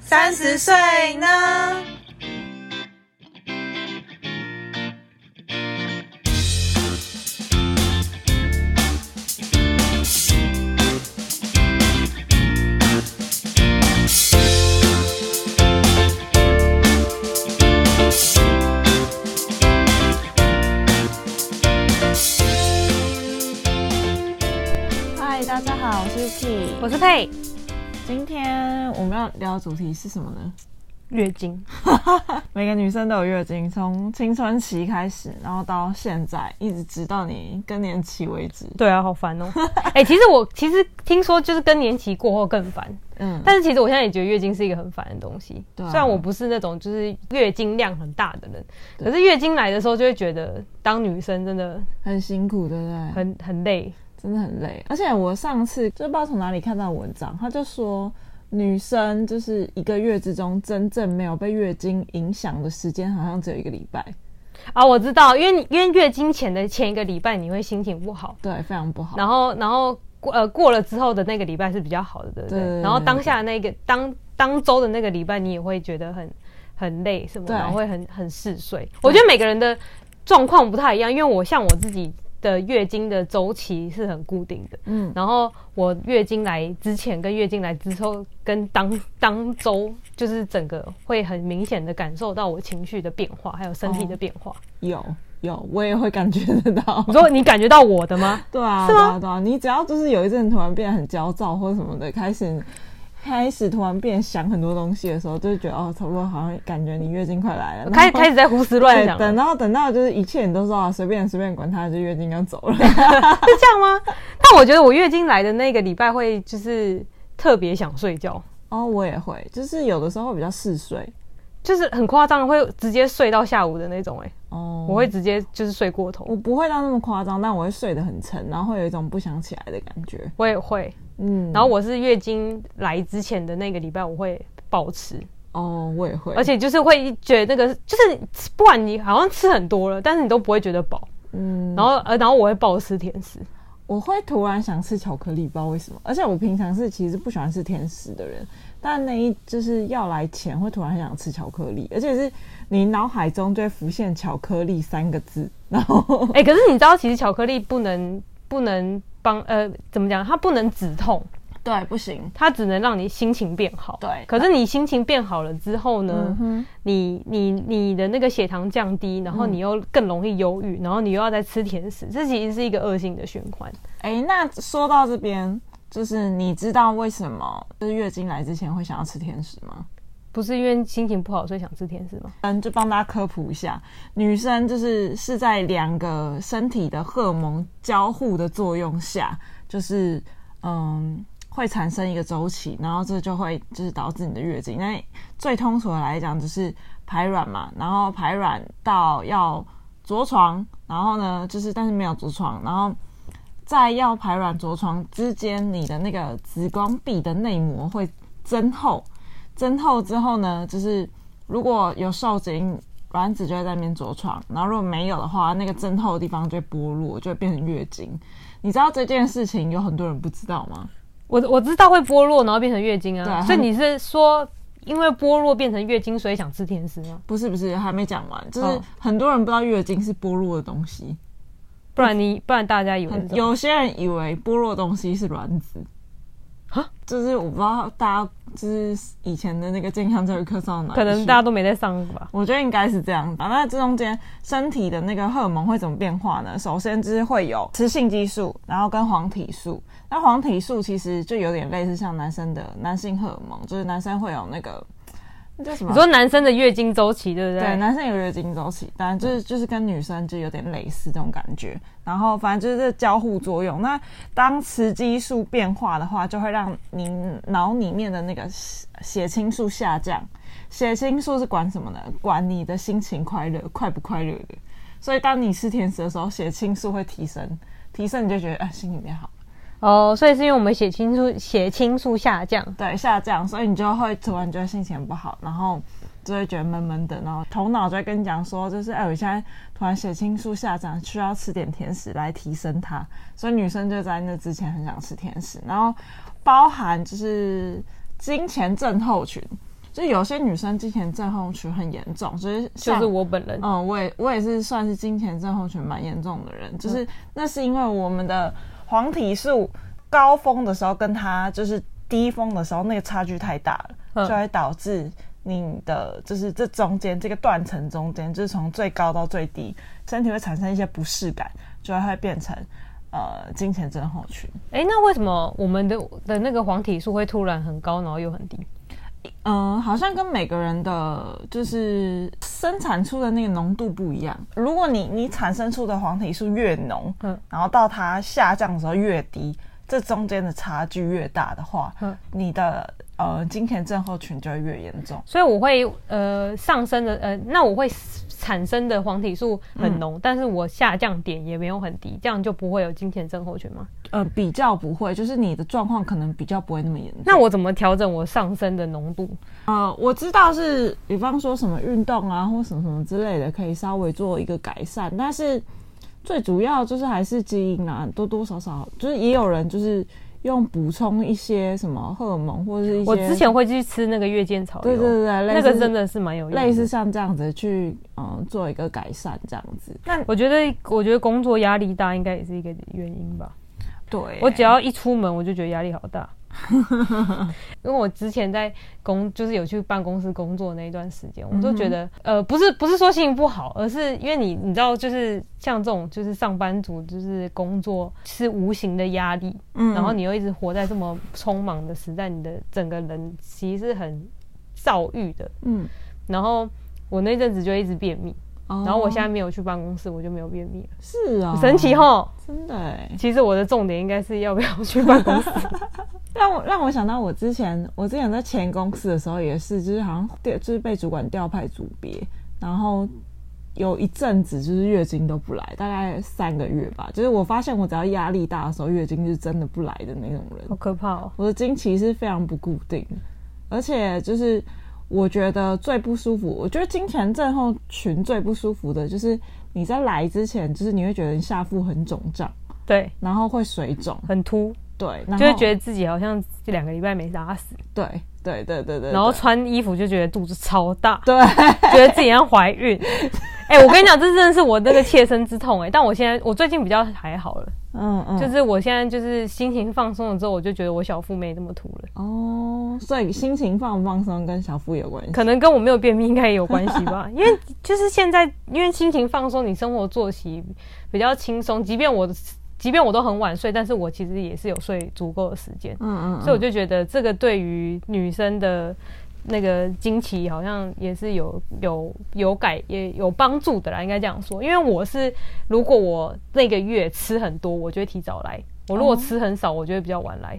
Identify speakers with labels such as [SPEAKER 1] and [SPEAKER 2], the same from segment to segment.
[SPEAKER 1] 三十岁呢？
[SPEAKER 2] 嗨，大家好，我是 Yuki。
[SPEAKER 3] 我是佩
[SPEAKER 2] 今天我们要聊的主题是什么呢？
[SPEAKER 3] 月经，
[SPEAKER 2] 每个女生都有月经，从青春期开始，然后到现在，一直直到你更年期为止。
[SPEAKER 3] 对啊，好烦哦、 哎、其实我其实听说就是更年期过后更烦，
[SPEAKER 2] 嗯，
[SPEAKER 3] 但是其实我现在也觉得月经是一个很烦的东西。
[SPEAKER 2] 对啊
[SPEAKER 3] 虽然我不是那种就是月经量很大的人，可是月经来的时候就会觉得当女生真的
[SPEAKER 2] 很辛苦，对不对？
[SPEAKER 3] 很很累。
[SPEAKER 2] 真的很累。而且我上次就不知道从哪里看到文章，他就说女生就是一个月之中真正没有被月经影响的时间，好像只有一个礼拜。
[SPEAKER 3] 啊，我知道，因为你因为月经前的前一个礼拜你会心情不好，
[SPEAKER 2] 对，非常不好。
[SPEAKER 3] 然后然后过呃过了之后的那个礼拜是比较好的，对不对？
[SPEAKER 2] 对
[SPEAKER 3] 然后当下那个当当周的那个礼拜，你也会觉得很很累什么，
[SPEAKER 2] 对
[SPEAKER 3] 然后会很很嗜睡。我觉得每个人的状况不太一样，因为我像我自己的月经的周期是很固定的，
[SPEAKER 2] 嗯，
[SPEAKER 3] 然后我月经来之前跟月经来之后跟当当周，就是整个会很明显的感受到我情绪的变化，还有身体的
[SPEAKER 2] 哦
[SPEAKER 3] 变化。
[SPEAKER 2] 有有，我也会感觉得到。
[SPEAKER 3] 你说你感觉到我的吗？
[SPEAKER 2] 对啊，
[SPEAKER 3] 是
[SPEAKER 2] 对
[SPEAKER 3] 吗
[SPEAKER 2] 啊，对啊，你只要就是有一阵突然变得很焦躁或什么的，开始开始突然变想很多东西的时候，就觉得哦，差不多好像感觉你月经快来了，
[SPEAKER 3] 开
[SPEAKER 2] 然后
[SPEAKER 3] 开始在胡思乱
[SPEAKER 2] 对，
[SPEAKER 3] 想了，
[SPEAKER 2] 等到等到就是一切你都知道了，随便随便管它，就月经要走了。
[SPEAKER 3] 是这样吗？但我觉得我月经来的那个礼拜会就是特别想睡觉，
[SPEAKER 2] 哦，我也会，就是有的时候会比较嗜睡。
[SPEAKER 3] 就是很夸张，会直接睡到下午的那种、欸。哎，
[SPEAKER 2] 哦，
[SPEAKER 3] 我会直接就是睡过
[SPEAKER 2] 我
[SPEAKER 3] 头，
[SPEAKER 2] 不会到那么夸张，但我会睡得很沉，然后会有一种不想起来的感觉。
[SPEAKER 3] 我也会。
[SPEAKER 2] 嗯，
[SPEAKER 3] 然后我是月经来之前的那个礼拜，我会暴吃，
[SPEAKER 2] 哦，我也会，
[SPEAKER 3] 而且就是会觉得那个就是不管你好像吃很多了，但是你都不会觉得饱。
[SPEAKER 2] 嗯，
[SPEAKER 3] 然后呃，然后我会暴吃甜 食，
[SPEAKER 2] 我会突然想吃巧克力，不知道为什么。而且我平常是其实不喜欢吃甜食的人，但那一就是要来前会突然想吃巧克力，而且是你脑海中就会浮现“巧克力”三个字， 然后
[SPEAKER 3] 哎、可是你知道，其实巧克力不能不能帮呃怎么讲，它不能止痛，
[SPEAKER 2] 对，不行，
[SPEAKER 3] 它只能让你心情变好。
[SPEAKER 2] 对
[SPEAKER 3] 可是你心情变好了之后呢
[SPEAKER 2] 嗯，哼，
[SPEAKER 3] 你你你的那个血糖降低，然后你又更容易忧郁，然后你又要再吃甜食，这其实是一个恶性的循环。
[SPEAKER 2] 哎，那说到这边，就是你知道为什么就是月经来之前会想要吃甜食吗？
[SPEAKER 3] 不是因为心情不好所以想吃甜食吗？
[SPEAKER 2] 嗯，就帮大家科普一下，女生就是是在两个身体的荷尔蒙交互的作用下，就是嗯会产生一个周期，然后这就会就是导致你的月经。那最通俗的来讲就是排卵嘛，然后排卵到要着床，然后呢就是但是没有着床，然后在要排卵着床之间，你的那个子宫壁的内膜会增厚，增厚之后呢，就是如果有受精，卵子就会在那边着床，然后如果没有的话，那个增厚的地方就会剥落，就会变成月经。你知道这件事情有很多人不知道吗？
[SPEAKER 3] 我我知道会剥落，然后变成月经啊。
[SPEAKER 2] 对
[SPEAKER 3] 所以你是说因为剥落变成月经，所以想吃甜食吗？
[SPEAKER 2] 不是不是，还没讲完，就是
[SPEAKER 3] 哦
[SPEAKER 2] 很多人不知道月经是剥落的东西，
[SPEAKER 3] 不然你不然大家以为是
[SPEAKER 2] 很
[SPEAKER 3] 什么
[SPEAKER 2] 有些人以为剥落的东西是卵子
[SPEAKER 3] 哈。
[SPEAKER 2] 就是我不知道大家就是以前的那个健康教育课上的，
[SPEAKER 3] 可能大家都没在上吧。
[SPEAKER 2] 我觉得应该是这样吧。那这中间身体的那个荷尔蒙会怎么变化呢？首先就是会有雌性激素，然后跟黄体素。那黄体素其实就有点类似像男生的男性荷尔蒙，就是男生会有那个那叫什么啊
[SPEAKER 3] 你？说男生的月经周期对不对？
[SPEAKER 2] 对，男生有月经周期，但就是就是跟女生就有点类似这种感觉。然后反正就是这交互作用。那当雌激素变化的话，就会让你脑里面的那个血血清素下降。血清素是管什么呢？管你的心情快乐快不快乐的。所以当你吃甜食的时候，血清素会提升，提升你就觉得啊心情变好。
[SPEAKER 3] 哦，所以是因为我们血清素血清素下降，
[SPEAKER 2] 对下降，所以你就会突然觉得心情不好，然后就会觉得闷闷的，然后头脑就会跟你讲说，就是哎，我现在突然血清素下降，需要吃点甜食来提升它。所以女生就在那之前很想吃甜食，然后包含就是金钱症候群。就有些女生经前症候群很严重，就是
[SPEAKER 3] 就
[SPEAKER 2] 像
[SPEAKER 3] 是我本人，
[SPEAKER 2] 嗯，我也我也是算是金钱症候群蛮严重的人，就是那是因为我们的黄体素高峰的时候跟它就是低峰的时候那个差距太大了，
[SPEAKER 3] 嗯
[SPEAKER 2] 就会导致你的就是这中间这个断层中间，就是从最高到最低，身体会产生一些不适感，就会变成呃金钱症候群。
[SPEAKER 3] 哎、那为什么我们的的那个黄体素会突然很高，然后又很低？
[SPEAKER 2] 嗯，好像跟每个人的就是生产出的那个浓度不一样。如果你你产生出的黄体素越浓，
[SPEAKER 3] 嗯
[SPEAKER 2] 然后到它下降的时候越低，这中间的差距越大的话，
[SPEAKER 3] 嗯
[SPEAKER 2] 你的呃金钱症候群就会越严重。
[SPEAKER 3] 所以我会呃上升的呃，那我会产生的黄体素很浓，
[SPEAKER 2] 嗯
[SPEAKER 3] 但是我下降点也没有很低，这样就不会有金钱症候群吗？
[SPEAKER 2] 呃，比较不会，就是你的状况可能比较不会那么严重。
[SPEAKER 3] 那我怎么调整我上升的浓度？
[SPEAKER 2] 呃，我知道是，比方说什么运动啊，或什么什么之类的，可以稍微做一个改善，但是最主要就是还是基因啊，多多少少就是也有人就是用补充一些什么荷尔蒙或者是一些，
[SPEAKER 3] 我之前会去吃那个月见草
[SPEAKER 2] 对
[SPEAKER 3] 油，
[SPEAKER 2] 对对对，类
[SPEAKER 3] 那个
[SPEAKER 2] 似
[SPEAKER 3] 真的是蛮有用的
[SPEAKER 2] 类似像这样子去嗯做一个改善这样子，那
[SPEAKER 3] 我觉得，我觉得工作压力大应该也是一个原因吧。
[SPEAKER 2] 对
[SPEAKER 3] 我只要一出门，我就觉得压力好大。因为我之前在工，就是有去办公室工作那一段时间，我都觉得，呃，不是不是说心情不好，而是因为你你知道，就是像这种就是上班族，就是工作是无形的压力，
[SPEAKER 2] 嗯
[SPEAKER 3] 然后你又一直活在这么匆忙的时代，你的整个人其实是很躁郁的。
[SPEAKER 2] 嗯，
[SPEAKER 3] 然后我那阵子就一直便秘，
[SPEAKER 2] 然
[SPEAKER 3] 然后我现在没有去办公室，我就没有便秘了，
[SPEAKER 2] 哦是啊、
[SPEAKER 3] 神奇吼！
[SPEAKER 2] 真的哎、
[SPEAKER 3] 其实我的重点应该是要不要去办公室。
[SPEAKER 2] 让我让我想到我之前我之前在前公司的时候也是，就是好像调就是被主管调派组别，然后有一阵子就是月经都不来，大概三个月吧。就是我发现我只要压力大的时候，月经是真的不来的那种人
[SPEAKER 3] 好。可怕哦！
[SPEAKER 2] 我的经期是非常不固定的，而且就是我觉得最不舒服，我觉得金钱症候群最不舒服的就是你在来之前，就是你会觉得你下腹很肿胀，
[SPEAKER 3] 对，
[SPEAKER 2] 然后会水肿，
[SPEAKER 3] 很突，
[SPEAKER 2] 对，然后
[SPEAKER 3] 就会觉得自己好像这两个礼拜没拉屎，
[SPEAKER 2] 对对对对对对，
[SPEAKER 3] 然后穿衣服就觉得肚子超 大，
[SPEAKER 2] 对。
[SPEAKER 3] 觉得自己像怀孕。 哎、我跟你讲，这真的是我那个切身之痛哎、但我现在我最近比较还好了，
[SPEAKER 2] 嗯嗯，
[SPEAKER 3] 就是我现在就是心情放松了之后，我就觉得我小腹没那么凸了，
[SPEAKER 2] 哦，所以心情放不放松跟小腹有关系。
[SPEAKER 3] 可能跟我没有便秘应该也有关系 吧。因为就是现在，因为心情放松，你生活作息比较轻松，即便我即便我都很晚睡，但是我其实也是有睡足够的时间。
[SPEAKER 2] 嗯嗯，
[SPEAKER 3] 所以我就觉得这个对于女生的那个经期好像也是有有有改也有帮助的啦，应该这样说。因为我是如果我那个月吃很多，我就会提早来；我如果吃很少，我就会比较晚来。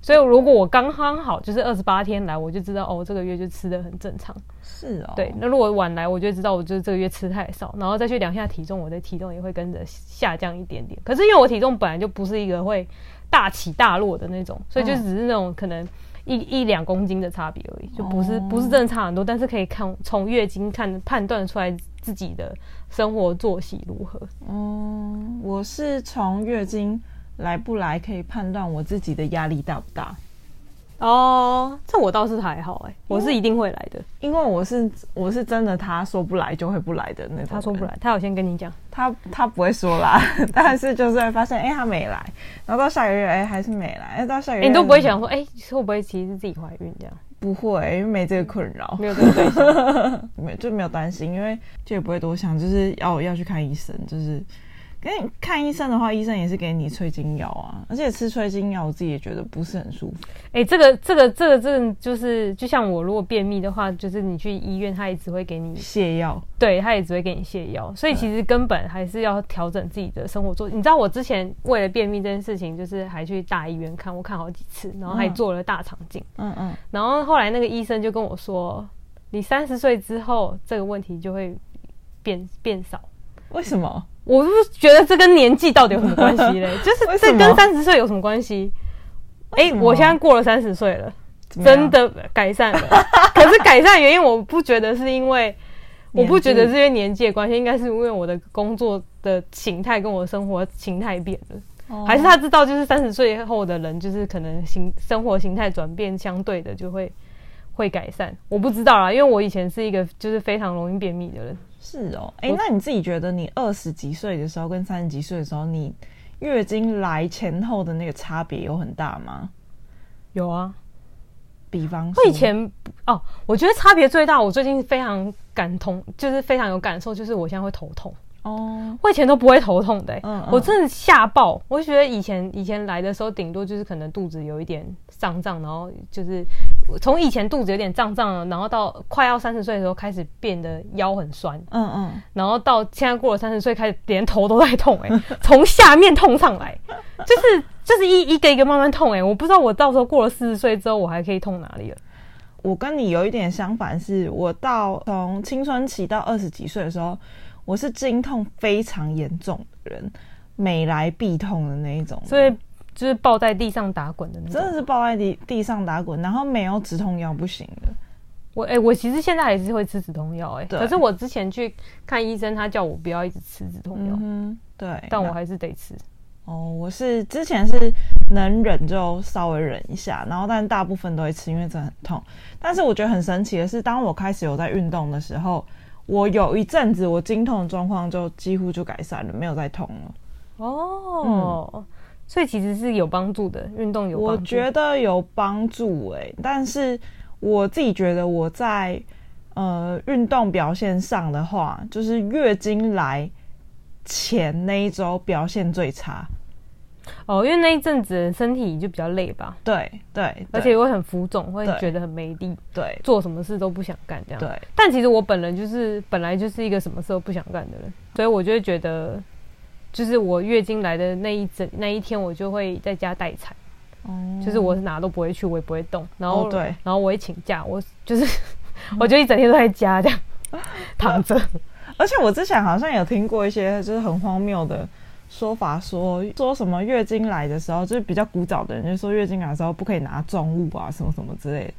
[SPEAKER 3] 所以如果我刚刚好就是二十八天来，我就知道哦，这个月就吃的很正常。
[SPEAKER 2] 是哦，
[SPEAKER 3] 对，，那如果晚来，我就知道我就是这个月吃太少，然后再去量一下体重，我的体重也会跟着下降一点点。可是因为我体重本来就不是一个会大起大落的那种，所以就
[SPEAKER 2] 嗯
[SPEAKER 3] 只是那种可能一一两公斤的差别而已，就不是不是真的差很多，但是可以看从月经看判断出来自己的生活作息如何。
[SPEAKER 2] 嗯，我是从月经来不来可以判断我自己的压力大不大，
[SPEAKER 3] 哦，这我倒是还好哎、我是一定会来的。
[SPEAKER 2] 因为我是我是真的，他说不来就会不来的那种。
[SPEAKER 3] 他说不，来，他有先跟你讲，
[SPEAKER 2] 他他不会说啦， 但是就是会发现，哎、他没来，然后到下个月，哎、还是没来，哎、到下个
[SPEAKER 3] 哎、
[SPEAKER 2] 月、
[SPEAKER 3] 你都不会想，说，哎、会不会其实是自己怀孕这样？
[SPEAKER 2] 不会，因为没这个困扰
[SPEAKER 3] 没，有这个对象。
[SPEAKER 2] 没就没有担心，因为就也不会多想，就是要要去看医生，就是因为看医生的话，医生也是给你催经药啊，而且吃催经药我自己也觉得不是很舒服。
[SPEAKER 3] 哎、这个这个这个这个就是，就像我如果便秘的话，就是你去医院，他也只会给你，
[SPEAKER 2] 泻药，
[SPEAKER 3] 对，他也只会给你泻药。所以其实根本还是要调整自己的生活作息。你知道我之前为了便秘这件事情，就是还去大医院看，我看好几次，然后还
[SPEAKER 2] 嗯
[SPEAKER 3] 做了大肠镜。
[SPEAKER 2] 嗯嗯，
[SPEAKER 3] 然后后来那个医生就跟我说，你三十岁之后这个问题就会变变少。
[SPEAKER 2] 为什么？
[SPEAKER 3] 我就觉得这跟年纪到底有什么关系嘞？就是
[SPEAKER 2] 为什
[SPEAKER 3] 这
[SPEAKER 2] 么
[SPEAKER 3] 跟三十岁有什么关系？哎、
[SPEAKER 2] 为什么
[SPEAKER 3] 我现在过了三十岁了。
[SPEAKER 2] 怎么样
[SPEAKER 3] 真的改善了。 可是改善原因，我不觉得是因为，我不觉得是因为年纪的关系，应该是因为我的工作的形态跟我的生活形态变了。还是他知道，就是三十岁后的人，就是可能形生活形态转变，相对的就会会改善。我不知道啦，因为我以前是一个就是非常容易便秘的人。
[SPEAKER 2] 是哦，哎、那你自己觉得你二十几岁的时候跟三十几岁的时候，你月经来前后的那个差别有很大吗？
[SPEAKER 3] 有啊，
[SPEAKER 2] 比方说，
[SPEAKER 3] 我以前哦，我觉得差别最大。我最近非常感同，就是非常有感受，就是我现在会头痛。
[SPEAKER 2] 哦，
[SPEAKER 3] 我以前都不会头痛的、欸，
[SPEAKER 2] 嗯嗯
[SPEAKER 3] 我真的吓爆！我就觉得以前以前来的时候，顶多就是可能肚子有一点胀胀，然后就是从以前肚子有点胀胀了，然后到快要三十岁的时候开始变得腰很酸，
[SPEAKER 2] 嗯嗯，
[SPEAKER 3] 然后到现在过了三十岁，开始连头都在痛、欸， 从下面痛上来，就是就是一一个一个慢慢痛、欸，我不知道我到时候过了四十岁之后，我还可以痛哪里了。
[SPEAKER 2] 我跟你有一点相反是，我到从青春期到二十几岁的时候，我是经痛非常严重的人，每来必痛的那一种人，
[SPEAKER 3] 所以就是抱在地上打滚的那种
[SPEAKER 2] 真。的是抱在地地上打滚，然后没有止痛药不行的。
[SPEAKER 3] 我哎、我其实现在还是会吃止痛药哎、
[SPEAKER 2] 对
[SPEAKER 3] 可是我之前去看医生，他叫我不要一直吃止痛药，
[SPEAKER 2] 嗯哼，对。
[SPEAKER 3] 但我
[SPEAKER 2] 那
[SPEAKER 3] 还是得吃。
[SPEAKER 2] 哦，我是之前是能忍就稍微忍一下，然后但大部分都会吃，因为真的很痛。但是我觉得很神奇的是，当我开始有在运动的时候，我有一阵子我经痛的状况就几乎就改善了，没有再痛了。
[SPEAKER 3] 哦，所以其实是有帮助的，运动有帮
[SPEAKER 2] 我
[SPEAKER 3] 助。
[SPEAKER 2] 觉得有帮助哎、但是我自己觉得我在呃运动表现上的话，就是月经来前那一周表现最差。
[SPEAKER 3] 哦，因为那一阵子身体就比较累吧，
[SPEAKER 2] 对对，
[SPEAKER 3] 而且会很浮肿，会
[SPEAKER 2] 对
[SPEAKER 3] 觉得很没力，
[SPEAKER 2] 对
[SPEAKER 3] 做什么事都不想干这样。
[SPEAKER 2] 对，
[SPEAKER 3] 但其实我本人就是本来就是一个什么事都不想干的人，所以我就会觉得，就是我月经来的那一整那一天，我就会在家待产。
[SPEAKER 2] 哦
[SPEAKER 3] 就是我哪都不会去，我也不会动，然后、
[SPEAKER 2] 哦对
[SPEAKER 3] 然后我也请 假，我就是我就一整天都在家 这样躺着。
[SPEAKER 2] 而且我之前好像有听过一些就是很荒谬的说法说，说什么月经来的时候，就是比较古早的人就说月经来的时候不可以拿重物啊，什么什么之类的，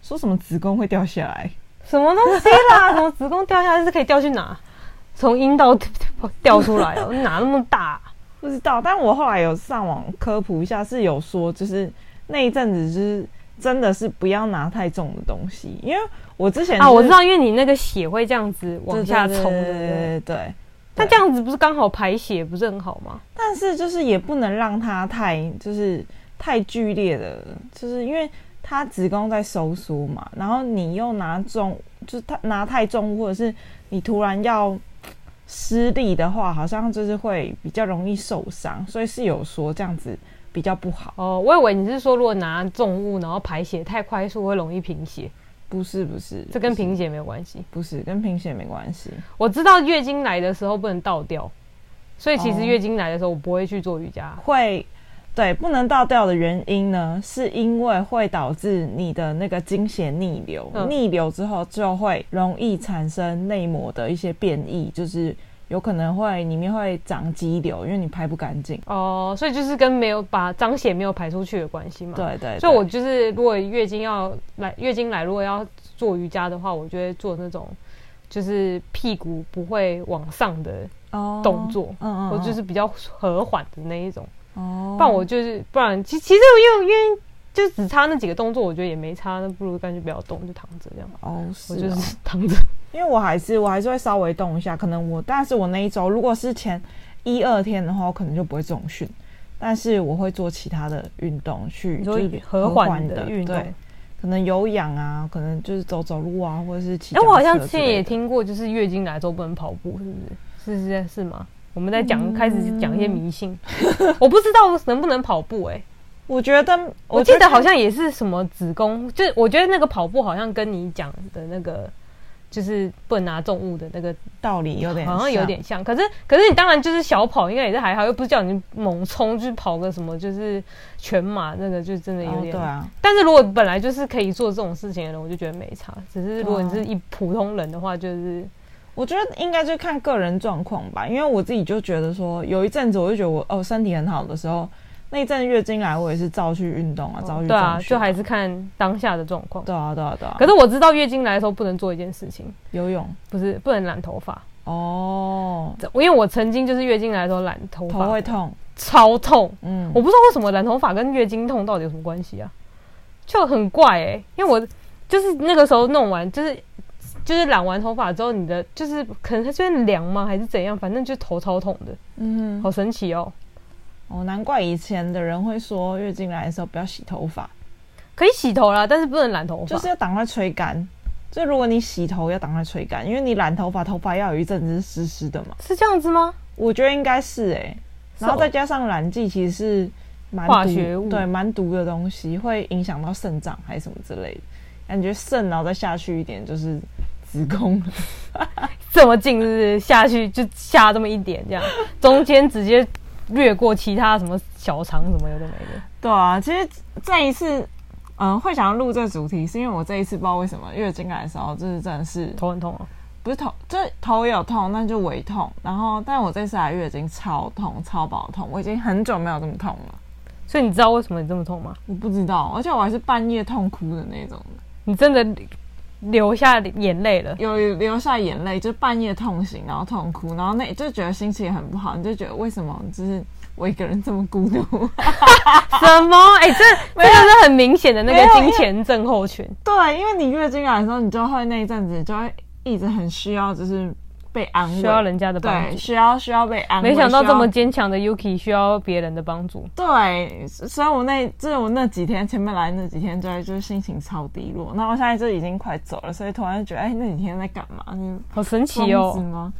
[SPEAKER 2] 说什么子宫会掉下来。
[SPEAKER 3] 什么东西啦？ 什么子宫掉下来是可以掉去哪？从阴道 掉出来哦，哪那么大 啊、
[SPEAKER 2] 不知道，但我后来有上网科普一下，是有说就是那一阵子就是真的是不要拿太重的东西，因为我之前、
[SPEAKER 3] 啊？我知道，因为你那个血会这样子往下冲，
[SPEAKER 2] 对
[SPEAKER 3] 对不对？
[SPEAKER 2] 对对。
[SPEAKER 3] 那这样子不是刚好排血，不是很好吗？
[SPEAKER 2] 但是就是也不能让它太就是太剧烈的，就是因为它子宫在收缩嘛，然后你又拿重，就是它拿太重，或者是你突然要施力的话，好像就是会比较容易受伤，所以是有说这样子比较不好。
[SPEAKER 3] 哦，我以为你是说，如果拿重物然后排血太快速，会容易贫血，
[SPEAKER 2] 不是不是，
[SPEAKER 3] 这跟
[SPEAKER 2] 不是
[SPEAKER 3] 贫血没有关系。
[SPEAKER 2] 不是跟贫血没关系。
[SPEAKER 3] 我知道月经来的时候不能倒掉，所以其
[SPEAKER 2] 哦
[SPEAKER 3] 实月经来的时候我不会去做瑜伽。
[SPEAKER 2] 会对不能倒掉的原因呢，是因为会导致你的那个经血逆流，
[SPEAKER 3] 嗯
[SPEAKER 2] 逆流之后就会容易产生内膜的一些变异，就是有可能会里面会长肌瘤，因为你排不干净。
[SPEAKER 3] 哦、所以就是跟没有把脏血没有排出去的关系嘛。。
[SPEAKER 2] 对对对，
[SPEAKER 3] 所以我就是如果月经要来，月经来如果要做瑜伽的话，我就会做那种就是屁股不会往上的
[SPEAKER 2] 哦
[SPEAKER 3] 动作，
[SPEAKER 2] 嗯嗯，
[SPEAKER 3] 我就是比较和缓的那一种。
[SPEAKER 2] 哦，
[SPEAKER 3] 不然我就是不然，其其实因为因为就只差那几个动作，我觉得也没差，那不如干脆不要动，就躺着这样。
[SPEAKER 2] 哦
[SPEAKER 3] 我
[SPEAKER 2] 是
[SPEAKER 3] 就
[SPEAKER 2] 哦
[SPEAKER 3] 是躺着。
[SPEAKER 2] 因为我还是我还是会稍微动一下，可能我，但是我那一周如果是前一二天的话，我可能就不会重训，但是我会做其他的运动去，
[SPEAKER 3] 你
[SPEAKER 2] 就
[SPEAKER 3] 说
[SPEAKER 2] 是
[SPEAKER 3] 和缓的运动
[SPEAKER 2] 对，可能有氧啊，可能就是走走路啊，或者是骑。
[SPEAKER 3] 哎、我好像之前也，听过，就是月经来之后不能跑步，是不是？是是是吗？我们在讲、开始讲一些迷信，
[SPEAKER 2] 嗯
[SPEAKER 3] 我不知道能不能跑步哎、
[SPEAKER 2] 我觉得
[SPEAKER 3] 我记得好
[SPEAKER 2] 像
[SPEAKER 3] 像也是什么子宫，就是我觉得那个跑步好像跟你讲的那个。就是不能拿重物的那个，
[SPEAKER 2] 道理有点，
[SPEAKER 3] 好像有点，像。可是，可是你当然就是小跑，应该也是还好，又不是叫你猛冲去跑个什么，就是全马那个，就真的有
[SPEAKER 2] 哦
[SPEAKER 3] 点。
[SPEAKER 2] 对啊，
[SPEAKER 3] 但是如果本来就是可以做这种事情的人，我就觉得没差。只是如果你
[SPEAKER 2] 对啊
[SPEAKER 3] 是一普通人的话，就是
[SPEAKER 2] 我觉得应该就看个人状况吧，因为我自己就觉得说，有一阵子我就觉得我哦身体很好的时候，那一阵月经来，我也是照去运动啊，照去
[SPEAKER 3] 对啊，
[SPEAKER 2] 重训
[SPEAKER 3] 就还是看当下的状况。
[SPEAKER 2] 对啊对啊对啊，
[SPEAKER 3] 可是我知道月经来的时候不能做一件事情，
[SPEAKER 2] 游泳
[SPEAKER 3] 不是不能染头发，
[SPEAKER 2] 哦，
[SPEAKER 3] 因为我曾经就是月经来的时候染头发，
[SPEAKER 2] 头会痛，
[SPEAKER 3] 超痛。
[SPEAKER 2] 嗯，
[SPEAKER 3] 我不知道为什么染头发跟月经痛到底有什么关系啊，就很怪哎、因为我就是那个时候弄完，就是就是染完头发之后，你的就是可能它这边凉吗，还是怎样，反正就头超痛的，
[SPEAKER 2] 嗯哼，
[SPEAKER 3] 好神奇哦。
[SPEAKER 2] 哦，难怪以前的人会说月经来的时候不要洗头发，
[SPEAKER 3] 可以洗头啦，但是不能染头发。
[SPEAKER 2] 就是要赶快吹干。就如果你洗头要赶快吹干，因为你染头发，头发要有一阵子是湿湿的嘛。
[SPEAKER 3] 是这样子吗？
[SPEAKER 2] 我觉得应该是哎、然后
[SPEAKER 3] 是哦
[SPEAKER 2] 再加上染剂其实是蛮
[SPEAKER 3] 化
[SPEAKER 2] 毒
[SPEAKER 3] 学物
[SPEAKER 2] 对，蛮毒的东西，会影响到肾脏还是什么之类的。感觉肾，然后再下去一点就是子宫了。
[SPEAKER 3] 这么近，是不是下去就下这么一点， 这样中间直接略过其他什么小肠什么有的没的。
[SPEAKER 2] 对啊，其实这一次，嗯、会想要录这个主题，是因为我这一次不知道为什么月经来的时候，就是真的是
[SPEAKER 3] 头很痛哦、
[SPEAKER 2] 不是头，就是头有痛，那就胃痛。然后，但我这次来月经超痛，超爆痛，我已经很久没有这么痛了。
[SPEAKER 3] 所以你知道为什么你这么痛吗？
[SPEAKER 2] 我不知道，而且我还是半夜痛哭的那种，
[SPEAKER 3] 你真的流下眼泪了。
[SPEAKER 2] 有流下眼泪，就半夜痛醒，然后痛哭，然后那就觉得心情也很不好，你就觉得为什么就是我一个人这么孤独？
[SPEAKER 3] 什么？哎、这这就是很明显的那
[SPEAKER 2] 没
[SPEAKER 3] 个
[SPEAKER 2] 有
[SPEAKER 3] 金钱症候群。
[SPEAKER 2] 对，因为你月经来的时候，你就会那一阵子就会一直很需要，就是被安慰，
[SPEAKER 3] 需要人家的帮
[SPEAKER 2] 对，
[SPEAKER 3] 助。
[SPEAKER 2] 需要需要被安慰。
[SPEAKER 3] 没想到
[SPEAKER 2] 需要
[SPEAKER 3] 这么坚强的 Yuki 需要别人的帮助，
[SPEAKER 2] 对，所以我那就是我那几天前面来那几天就会就是心情超低落，那我现在就已经快走了，所以突然就觉得哎、那几天在干嘛？你
[SPEAKER 3] 好神
[SPEAKER 2] 疯
[SPEAKER 3] 奇哦、
[SPEAKER 2] 子吗？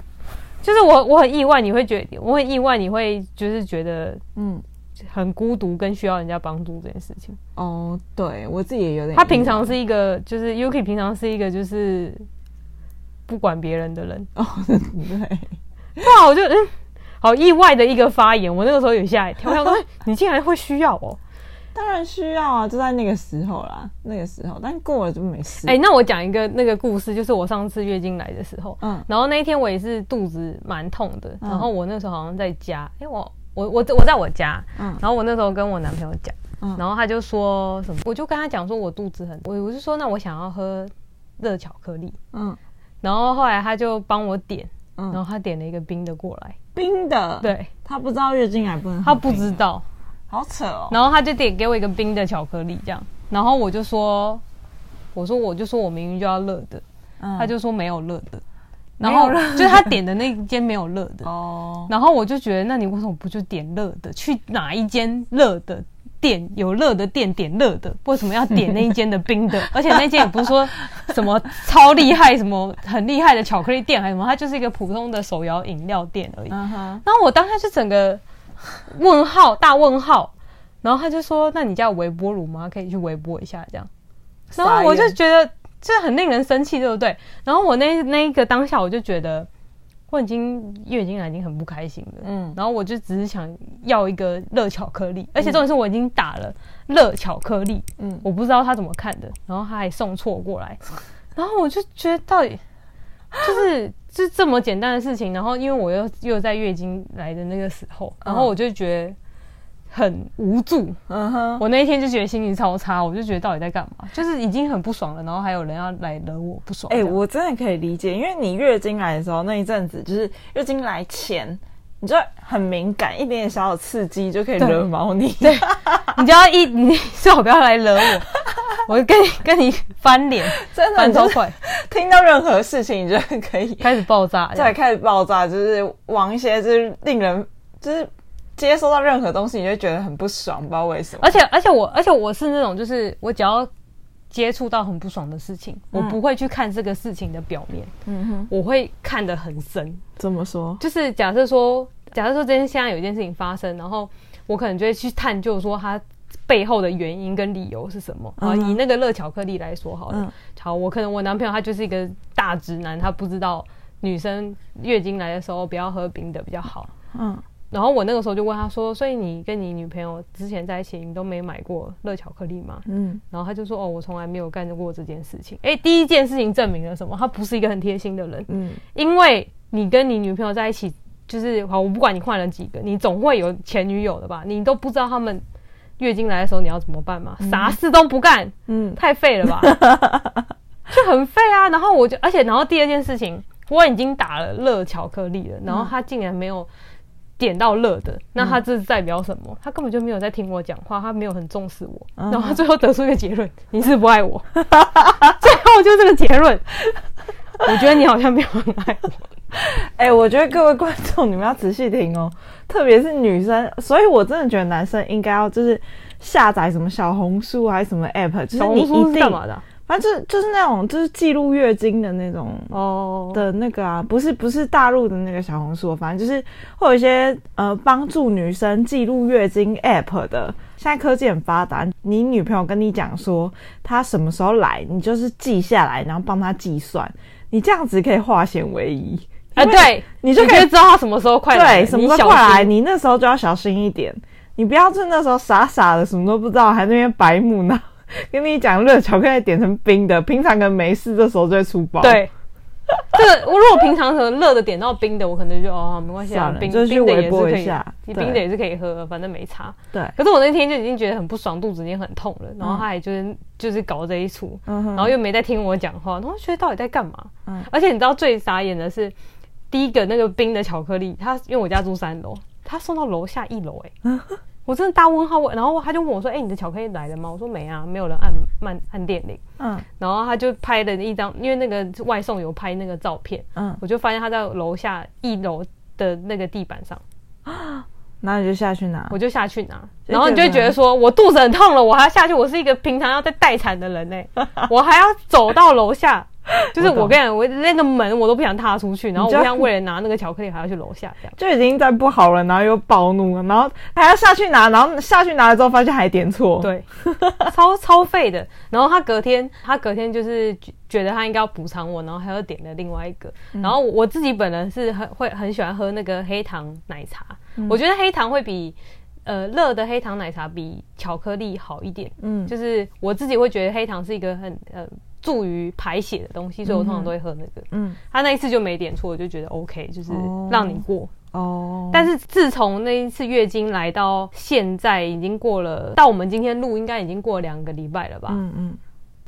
[SPEAKER 3] 就是我我很意外，你会觉得我很意外，你会就是觉得
[SPEAKER 2] 嗯，
[SPEAKER 3] 很孤独跟需要人家帮助这件事情。
[SPEAKER 2] 哦，对我自己也有点。，
[SPEAKER 3] 他平常是一个，就是 Yuki 平常是一个就是不管别人的人
[SPEAKER 2] 哦， 对，
[SPEAKER 3] 哇，我就嗯，好意外的一个发言，我那个时候有吓一跳，我想说哎你竟然会需要哦。
[SPEAKER 2] 当然需要啊，就在那个时候啦，那个时候，但过了就没事。
[SPEAKER 3] 哎、那我讲一个那个故事，就是我上次月经来的时候，
[SPEAKER 2] 嗯
[SPEAKER 3] 然后那一天我也是肚子蛮痛的，
[SPEAKER 2] 嗯
[SPEAKER 3] 然后我那时候好像在家，哎、我我我我在我家，
[SPEAKER 2] 嗯
[SPEAKER 3] 然后我那时候跟我男朋友讲，
[SPEAKER 2] 嗯
[SPEAKER 3] 然后他就说什么，我就跟他讲说我肚子很，我我就说那我想要喝热巧克力，
[SPEAKER 2] 嗯
[SPEAKER 3] 然后后来他就帮我点，然
[SPEAKER 2] 嗯，
[SPEAKER 3] 后他点了一个冰的过来，
[SPEAKER 2] 冰的，，
[SPEAKER 3] 对
[SPEAKER 2] 他不知道月经来不能喝
[SPEAKER 3] 他不
[SPEAKER 2] 冰的
[SPEAKER 3] 知，道，
[SPEAKER 2] 好扯哦。
[SPEAKER 3] 然后他就点给我一个冰的巧克力这样，然后我就说，我说我就说我明明就要热的，
[SPEAKER 2] 嗯
[SPEAKER 3] 他就说没有热的，
[SPEAKER 2] 没
[SPEAKER 3] 然
[SPEAKER 2] 有
[SPEAKER 3] 后
[SPEAKER 2] 热
[SPEAKER 3] 就是他点的那一间没有热的，
[SPEAKER 2] 哦，
[SPEAKER 3] 然后我就觉得，那你为什么不就点热的？去哪一间热的店有热的店点热的？为什么要点那一间的冰 的？而且那间也不是说什么超厉害、什么很厉害的巧克力店，还是什么，它就是一个普通的手摇饮料店而已。
[SPEAKER 2] 嗯哼，
[SPEAKER 3] 然后我当下就整个问号大问号，然后他就说：“那你家有微波炉吗？可以去微波一下。”这样，然后我就觉得这很令人生气，对不对？然后我那那一个当下，我就觉得我已经月经来已经很不开心了，
[SPEAKER 2] 嗯
[SPEAKER 3] 嗯，然后我就只是想要一个热巧克力，而且重点是我已经打了热巧克力，
[SPEAKER 2] 嗯
[SPEAKER 3] 我不知道他怎么看的，然后他还送错过来， 然后我就觉得到底就是就这么简单的事情，然后因为我又又在月经来的那个时候，然后我就觉得很无助，
[SPEAKER 2] 嗯哼，
[SPEAKER 3] 我那一天就觉得心情超差，我就觉得到底在干嘛，就是已经很不爽了，然后还有人要来惹我不爽，
[SPEAKER 2] 哎、
[SPEAKER 3] 哎、我
[SPEAKER 2] 我真的可以理解，因为你月经来的时候那一阵子，就是月经来前，你就很敏感，一点点小小刺激就可以惹毛你。 对，
[SPEAKER 3] 你就要一你最好不要来惹我， 我跟你跟你翻脸
[SPEAKER 2] 真的，
[SPEAKER 3] 翻
[SPEAKER 2] 你
[SPEAKER 3] 超
[SPEAKER 2] 就是
[SPEAKER 3] 快，
[SPEAKER 2] 听到任何事情，你就可 以
[SPEAKER 3] 开始爆炸这
[SPEAKER 2] 再
[SPEAKER 3] 样，
[SPEAKER 2] 开始爆炸，就是往一些就是令人就是接收到任何东西，你就觉得很不爽，不知道为什么。
[SPEAKER 3] 而且而且我而且我是那种就是我只要接触到很不爽的事情，我不会去看这个事情的表面，
[SPEAKER 2] 嗯哼，
[SPEAKER 3] 我会看得很深，
[SPEAKER 2] 怎么说？
[SPEAKER 3] 就是假设说，假设说今天现在有一件事情发生，然后我可能就会去探究说它背后的原因跟理由是什么。啊、
[SPEAKER 2] 嗯哼
[SPEAKER 3] 以那个热巧克力来说好了，
[SPEAKER 2] 嗯
[SPEAKER 3] 好，我可能我男朋友他就是一个大直男，他不知道女生月经来的时候不要喝冰的比较好。
[SPEAKER 2] 嗯
[SPEAKER 3] 然后我那个时候就问他说：“所以你跟你女朋友之前在一起，你都没买过热巧克力吗？”
[SPEAKER 2] 嗯，
[SPEAKER 3] 然后他就说：“哦，我从来没有干过这件事情。”哎，第一件事情证明了什么？他不是一个很贴心的人。
[SPEAKER 2] 嗯，
[SPEAKER 3] 因为你跟你女朋友在一起，就是好，我不管你换了几个，你总会有前女友的吧？你都不知道他们月经来的时候你要怎么办嘛？啥事都不干，
[SPEAKER 2] 嗯
[SPEAKER 3] 太 废了吧？就很废啊！然后我就，而
[SPEAKER 2] 嗯
[SPEAKER 3] 且然后第二件事情，我已经打了热巧克力了，然后他竟然没有。捡到乐的，那他这是代表什么？他根本就没有在听我讲话，他没有很重视我，
[SPEAKER 2] 嗯
[SPEAKER 3] 然后他最后得出一个结论：你是不 爱我。最后就这个结论，我觉得你好像没有很爱 我。
[SPEAKER 2] 哎、我觉得各位观众你们要仔细听哦，特别是女生，所以我真的觉得男生应该要就是下载什么小红书还是什么 app，就是
[SPEAKER 3] 小
[SPEAKER 2] 你
[SPEAKER 3] 红
[SPEAKER 2] 一
[SPEAKER 3] 书是
[SPEAKER 2] 定
[SPEAKER 3] 干，嘛的啊、
[SPEAKER 2] 反正就是就是那种就是记录月经的那种
[SPEAKER 3] 哦，
[SPEAKER 2] 的那个啊，不是不是大陆的那个小红书，反正就是会有一些呃帮助女生记录月经 app 的。现在科技很发达，你女朋友跟你讲说她什么时候来，你就是记下来，然后帮她计算，你这样子可以化险为夷。
[SPEAKER 3] 啊，
[SPEAKER 2] 因为
[SPEAKER 3] 对，
[SPEAKER 2] 你就
[SPEAKER 3] 你
[SPEAKER 2] 可
[SPEAKER 3] 就
[SPEAKER 2] 以
[SPEAKER 3] 知道他什么时候快来了，
[SPEAKER 2] 对什么
[SPEAKER 3] 你
[SPEAKER 2] 时
[SPEAKER 3] 小
[SPEAKER 2] 候过来，
[SPEAKER 3] 心
[SPEAKER 2] 你那时候就要小心一点，你不要是那时候傻傻的什么都不知道，还那边白目呢。跟你讲，热巧克力点成冰的，平常可能没事，这时候就会出包。
[SPEAKER 3] 对。这个我如果平常可能热的点到冰的，我可能就哦没关系
[SPEAKER 2] 算
[SPEAKER 3] 啊，
[SPEAKER 2] 了
[SPEAKER 3] 冰
[SPEAKER 2] 就是去
[SPEAKER 3] 冰的也
[SPEAKER 2] 微
[SPEAKER 3] 是
[SPEAKER 2] 波
[SPEAKER 3] 可
[SPEAKER 2] 一
[SPEAKER 3] 以
[SPEAKER 2] 下，对
[SPEAKER 3] 冰的也是可以喝，反正没差。
[SPEAKER 2] 对，
[SPEAKER 3] 可是我那天就已经觉得很不爽，肚子已经很痛了，然后他还就是、就是搞这一出，
[SPEAKER 2] 嗯哼
[SPEAKER 3] 然后又没在听我讲话，然后觉得到底在干嘛？
[SPEAKER 2] 嗯
[SPEAKER 3] 而且你知道最傻眼的是，第一个那个冰的巧克力，他因为我家住三楼，他送到楼下一楼、欸，我真的大问号。我然后他就问我说：“哎、你的巧克力来了吗？”我说：“没啊，没有人按按按电铃。
[SPEAKER 2] 嗯”
[SPEAKER 3] 然后他就拍了一张，因为那个外送有拍那个照片，
[SPEAKER 2] 嗯，
[SPEAKER 3] 我就发现他在楼下一楼的那个地板上。
[SPEAKER 2] 嗯然后你就下去拿。
[SPEAKER 3] 我就下去拿，
[SPEAKER 2] 就
[SPEAKER 3] 然后你就会觉得说我肚子很痛了，我还要下去，我是一个平常要在待产的人呢、欸 我还要走到楼下，就是
[SPEAKER 2] 我懂
[SPEAKER 3] 我跟你讲，我那个门我都不想踏出去，然后我
[SPEAKER 2] 你就
[SPEAKER 3] 不想为了拿那个巧克力还要去楼下这样。
[SPEAKER 2] 就已经在不好了，然后又暴怒了，然后还要下去拿，然后下去拿了之后发现还点错。，
[SPEAKER 3] 对， 超超费的。然后他隔天，他隔天就是觉觉得他应该要补偿我，然后他又点了另外一个。
[SPEAKER 2] 嗯
[SPEAKER 3] 然后我我自己本人是很会很喜欢喝那个黑糖奶茶，
[SPEAKER 2] 嗯
[SPEAKER 3] 我觉得黑糖会比呃热的黑糖奶茶比巧克力好一点。
[SPEAKER 2] 嗯
[SPEAKER 3] 就是我自己会觉得黑糖是一个很呃助于排血的东西，所以我通常都会喝那个。
[SPEAKER 2] 嗯，
[SPEAKER 3] 他那一次就没点错，我就觉得 OK，就是
[SPEAKER 2] 哦
[SPEAKER 3] 让你过。
[SPEAKER 2] 哦，
[SPEAKER 3] 但是自从那一次月经来到现在，已经过了，到我们今天录应该已经过了两个礼拜了吧？
[SPEAKER 2] 嗯嗯，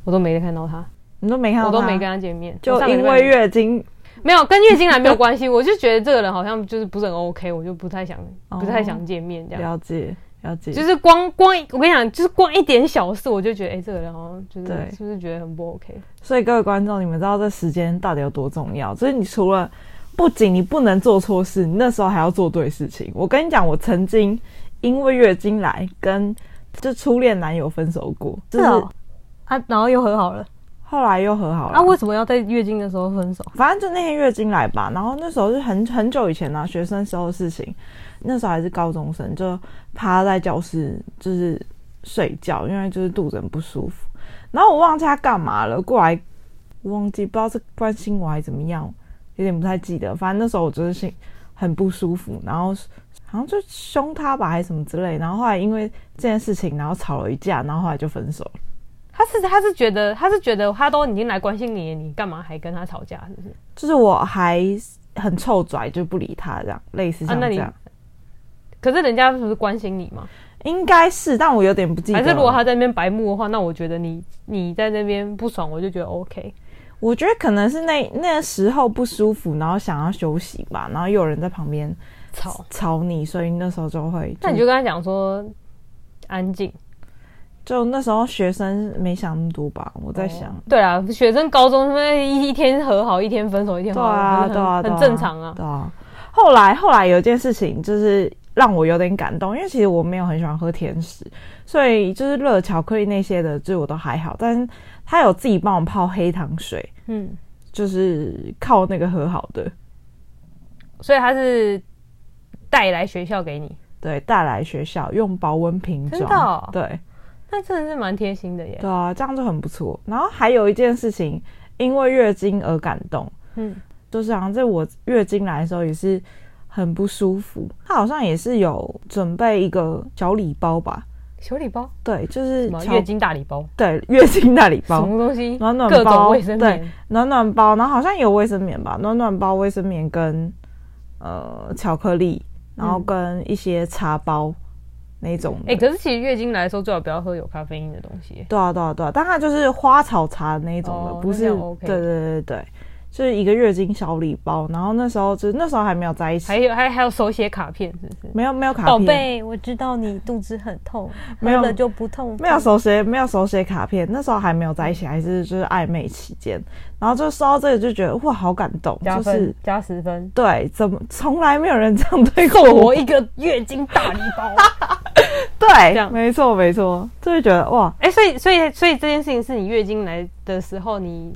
[SPEAKER 3] 我都没看到他，
[SPEAKER 2] 你都没看到
[SPEAKER 3] 我
[SPEAKER 2] 他，
[SPEAKER 3] 都没跟他见面，
[SPEAKER 2] 就
[SPEAKER 3] 我上个礼
[SPEAKER 2] 因
[SPEAKER 3] 拜
[SPEAKER 2] 为月经，
[SPEAKER 3] 没有跟月经来没有关系，我就觉得这个人好像就是不是很 OK，我就不太想不太想见面这样。
[SPEAKER 2] 哦了解了解，
[SPEAKER 3] 就是光光，我跟你讲，就是光一点小事，我就觉得，哎、这个人好像就是
[SPEAKER 2] 对
[SPEAKER 3] 是不是觉得很不 OK？
[SPEAKER 2] 所以各位观众，你们知道这时间到底有多重要？就是你除了不仅你不能做错事，你那时候还要做对事情。我跟你讲，我曾经因为月经来跟就初恋男友分手过，就是
[SPEAKER 3] 哦啊，然后又和好了。
[SPEAKER 2] 后来又和好了。
[SPEAKER 3] 啊，为什么要在月经的时候分手？
[SPEAKER 2] 反正就那天月经来吧，然后那时候是很很久以前啊，学生时候的事情，那时候还是高中生，就趴在教室就是睡觉，因为就是肚子很不舒服。然后我忘记他干嘛了，过来我忘记不知道是关心我还是怎么样，有点不太记得。反正那时候我就是心很不舒服，然后好像就凶他吧还是什么之类。然后后来因为这件事情，然后吵了一架，然后后来就分手了。
[SPEAKER 3] 他是他是觉得他是觉得他都已经来关心你了，你干嘛还跟他吵架？是不是？
[SPEAKER 2] 就是我还很臭拽，就不理他这样，类似像
[SPEAKER 3] 啊那
[SPEAKER 2] 这
[SPEAKER 3] 你
[SPEAKER 2] 样。
[SPEAKER 3] 可是人家不是关心你吗？
[SPEAKER 2] 应该是，但我有点不记得
[SPEAKER 3] 还
[SPEAKER 2] 了。
[SPEAKER 3] 是如果他在那边白目的话，那我觉得你你在那边不爽，我就觉得 OK。
[SPEAKER 2] 我觉得可能是那那时候不舒服，然后想要休息吧，然后又有人在旁边
[SPEAKER 3] 吵，
[SPEAKER 2] 吵你，所以那时候就会。
[SPEAKER 3] 那你就跟他讲说安静。
[SPEAKER 2] 就那时候学生没想那么多吧，我在想。
[SPEAKER 3] 对啊，学生高中他们一一天和好，一天分手，一天和
[SPEAKER 2] 对
[SPEAKER 3] 好，
[SPEAKER 2] 啊，
[SPEAKER 3] 很
[SPEAKER 2] 对啊，
[SPEAKER 3] 很
[SPEAKER 2] 对
[SPEAKER 3] 很正常啊。
[SPEAKER 2] 对啊。后来后来有一件事情就是让我有点感动，因为其实我没有很喜欢喝甜食，所以就是热巧克力那些的，就我都还好。但是他有自己帮我泡黑糖水，
[SPEAKER 3] 嗯，
[SPEAKER 2] 就是靠那个和好的。
[SPEAKER 3] 所以他是带来学校给你，
[SPEAKER 2] 对，带来学校用保温瓶装。
[SPEAKER 3] 真的哦
[SPEAKER 2] 对
[SPEAKER 3] 那真的是蛮贴心的耶。
[SPEAKER 2] 对啊，这样就很不错。然后还有一件事情，因为月经而感动，
[SPEAKER 3] 嗯，
[SPEAKER 2] 就是好像在我月经来的时候也是很不舒服。他好像也是有准备一个小礼包吧？
[SPEAKER 3] 小礼包，
[SPEAKER 2] 对，就是
[SPEAKER 3] 什么
[SPEAKER 2] 巧
[SPEAKER 3] 月经大礼包，
[SPEAKER 2] 对月经大礼
[SPEAKER 3] 什
[SPEAKER 2] 包。
[SPEAKER 3] 么东西，
[SPEAKER 2] 暖暖
[SPEAKER 3] 各
[SPEAKER 2] 包
[SPEAKER 3] 种卫生棉，
[SPEAKER 2] 暖暖包，然后好像有卫生棉吧，暖暖包、卫生棉跟呃巧克力，然
[SPEAKER 3] 嗯
[SPEAKER 2] 后跟一些茶包那种的。
[SPEAKER 3] 哎、可是其实月经来的时候最好不要喝有咖啡因的东西。
[SPEAKER 2] 对啊，对啊，对啊，但它就是花草茶那一种的，
[SPEAKER 3] 哦
[SPEAKER 2] 不是、
[SPEAKER 3] 那这样 OK
[SPEAKER 2] 对对对对对，就是一个月经小礼包，然后那时候就是那时候还没有在一
[SPEAKER 3] 还
[SPEAKER 2] 起，
[SPEAKER 3] 有还还有手写卡片，是不是？
[SPEAKER 2] 没有没有卡
[SPEAKER 3] 宝
[SPEAKER 2] 片，
[SPEAKER 3] 贝，我知道你肚子很痛，
[SPEAKER 2] 没有
[SPEAKER 3] 喝了就不痛。
[SPEAKER 2] 没有手写，没有手写卡片，那时候还没有在一起，还是就是暧昧期间，然后就收到这个就觉得哇，好感动，
[SPEAKER 3] 加
[SPEAKER 2] 就
[SPEAKER 3] 分、
[SPEAKER 2] 是
[SPEAKER 3] 加十分，
[SPEAKER 2] 对，怎么从来没有人这样对过
[SPEAKER 3] 送
[SPEAKER 2] 我
[SPEAKER 3] 我一个月经大礼包。这
[SPEAKER 2] 对，
[SPEAKER 3] 样
[SPEAKER 2] 没错没错，就会觉得哇，
[SPEAKER 3] 哎、所以所以所以这件事情是你月经来的时候，你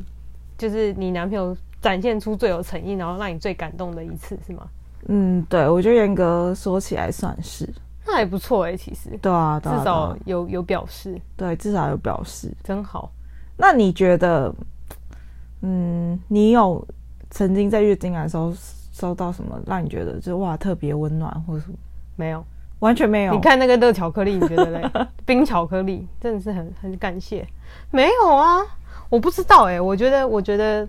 [SPEAKER 3] 就是你男朋友展现出最有诚意，然后让你最感动的一次，是吗？
[SPEAKER 2] 嗯，对我觉得严格说起来算是，
[SPEAKER 3] 那还不错哎、其实
[SPEAKER 2] 对啊，对啊
[SPEAKER 3] 至
[SPEAKER 2] 对
[SPEAKER 3] 少
[SPEAKER 2] 啊
[SPEAKER 3] 有有表示，
[SPEAKER 2] 对至少有表示。
[SPEAKER 3] 真好。
[SPEAKER 2] 那你觉得，嗯，你有曾经在月经来的时候收到什么让你觉得就是哇特别温暖，或者什么？
[SPEAKER 3] 没有，
[SPEAKER 2] 完全没有。
[SPEAKER 3] 你看那个热巧克力，你觉得 嘞？冰巧克力真的是很很感谢。没有啊，我不知道哎、我觉得我觉得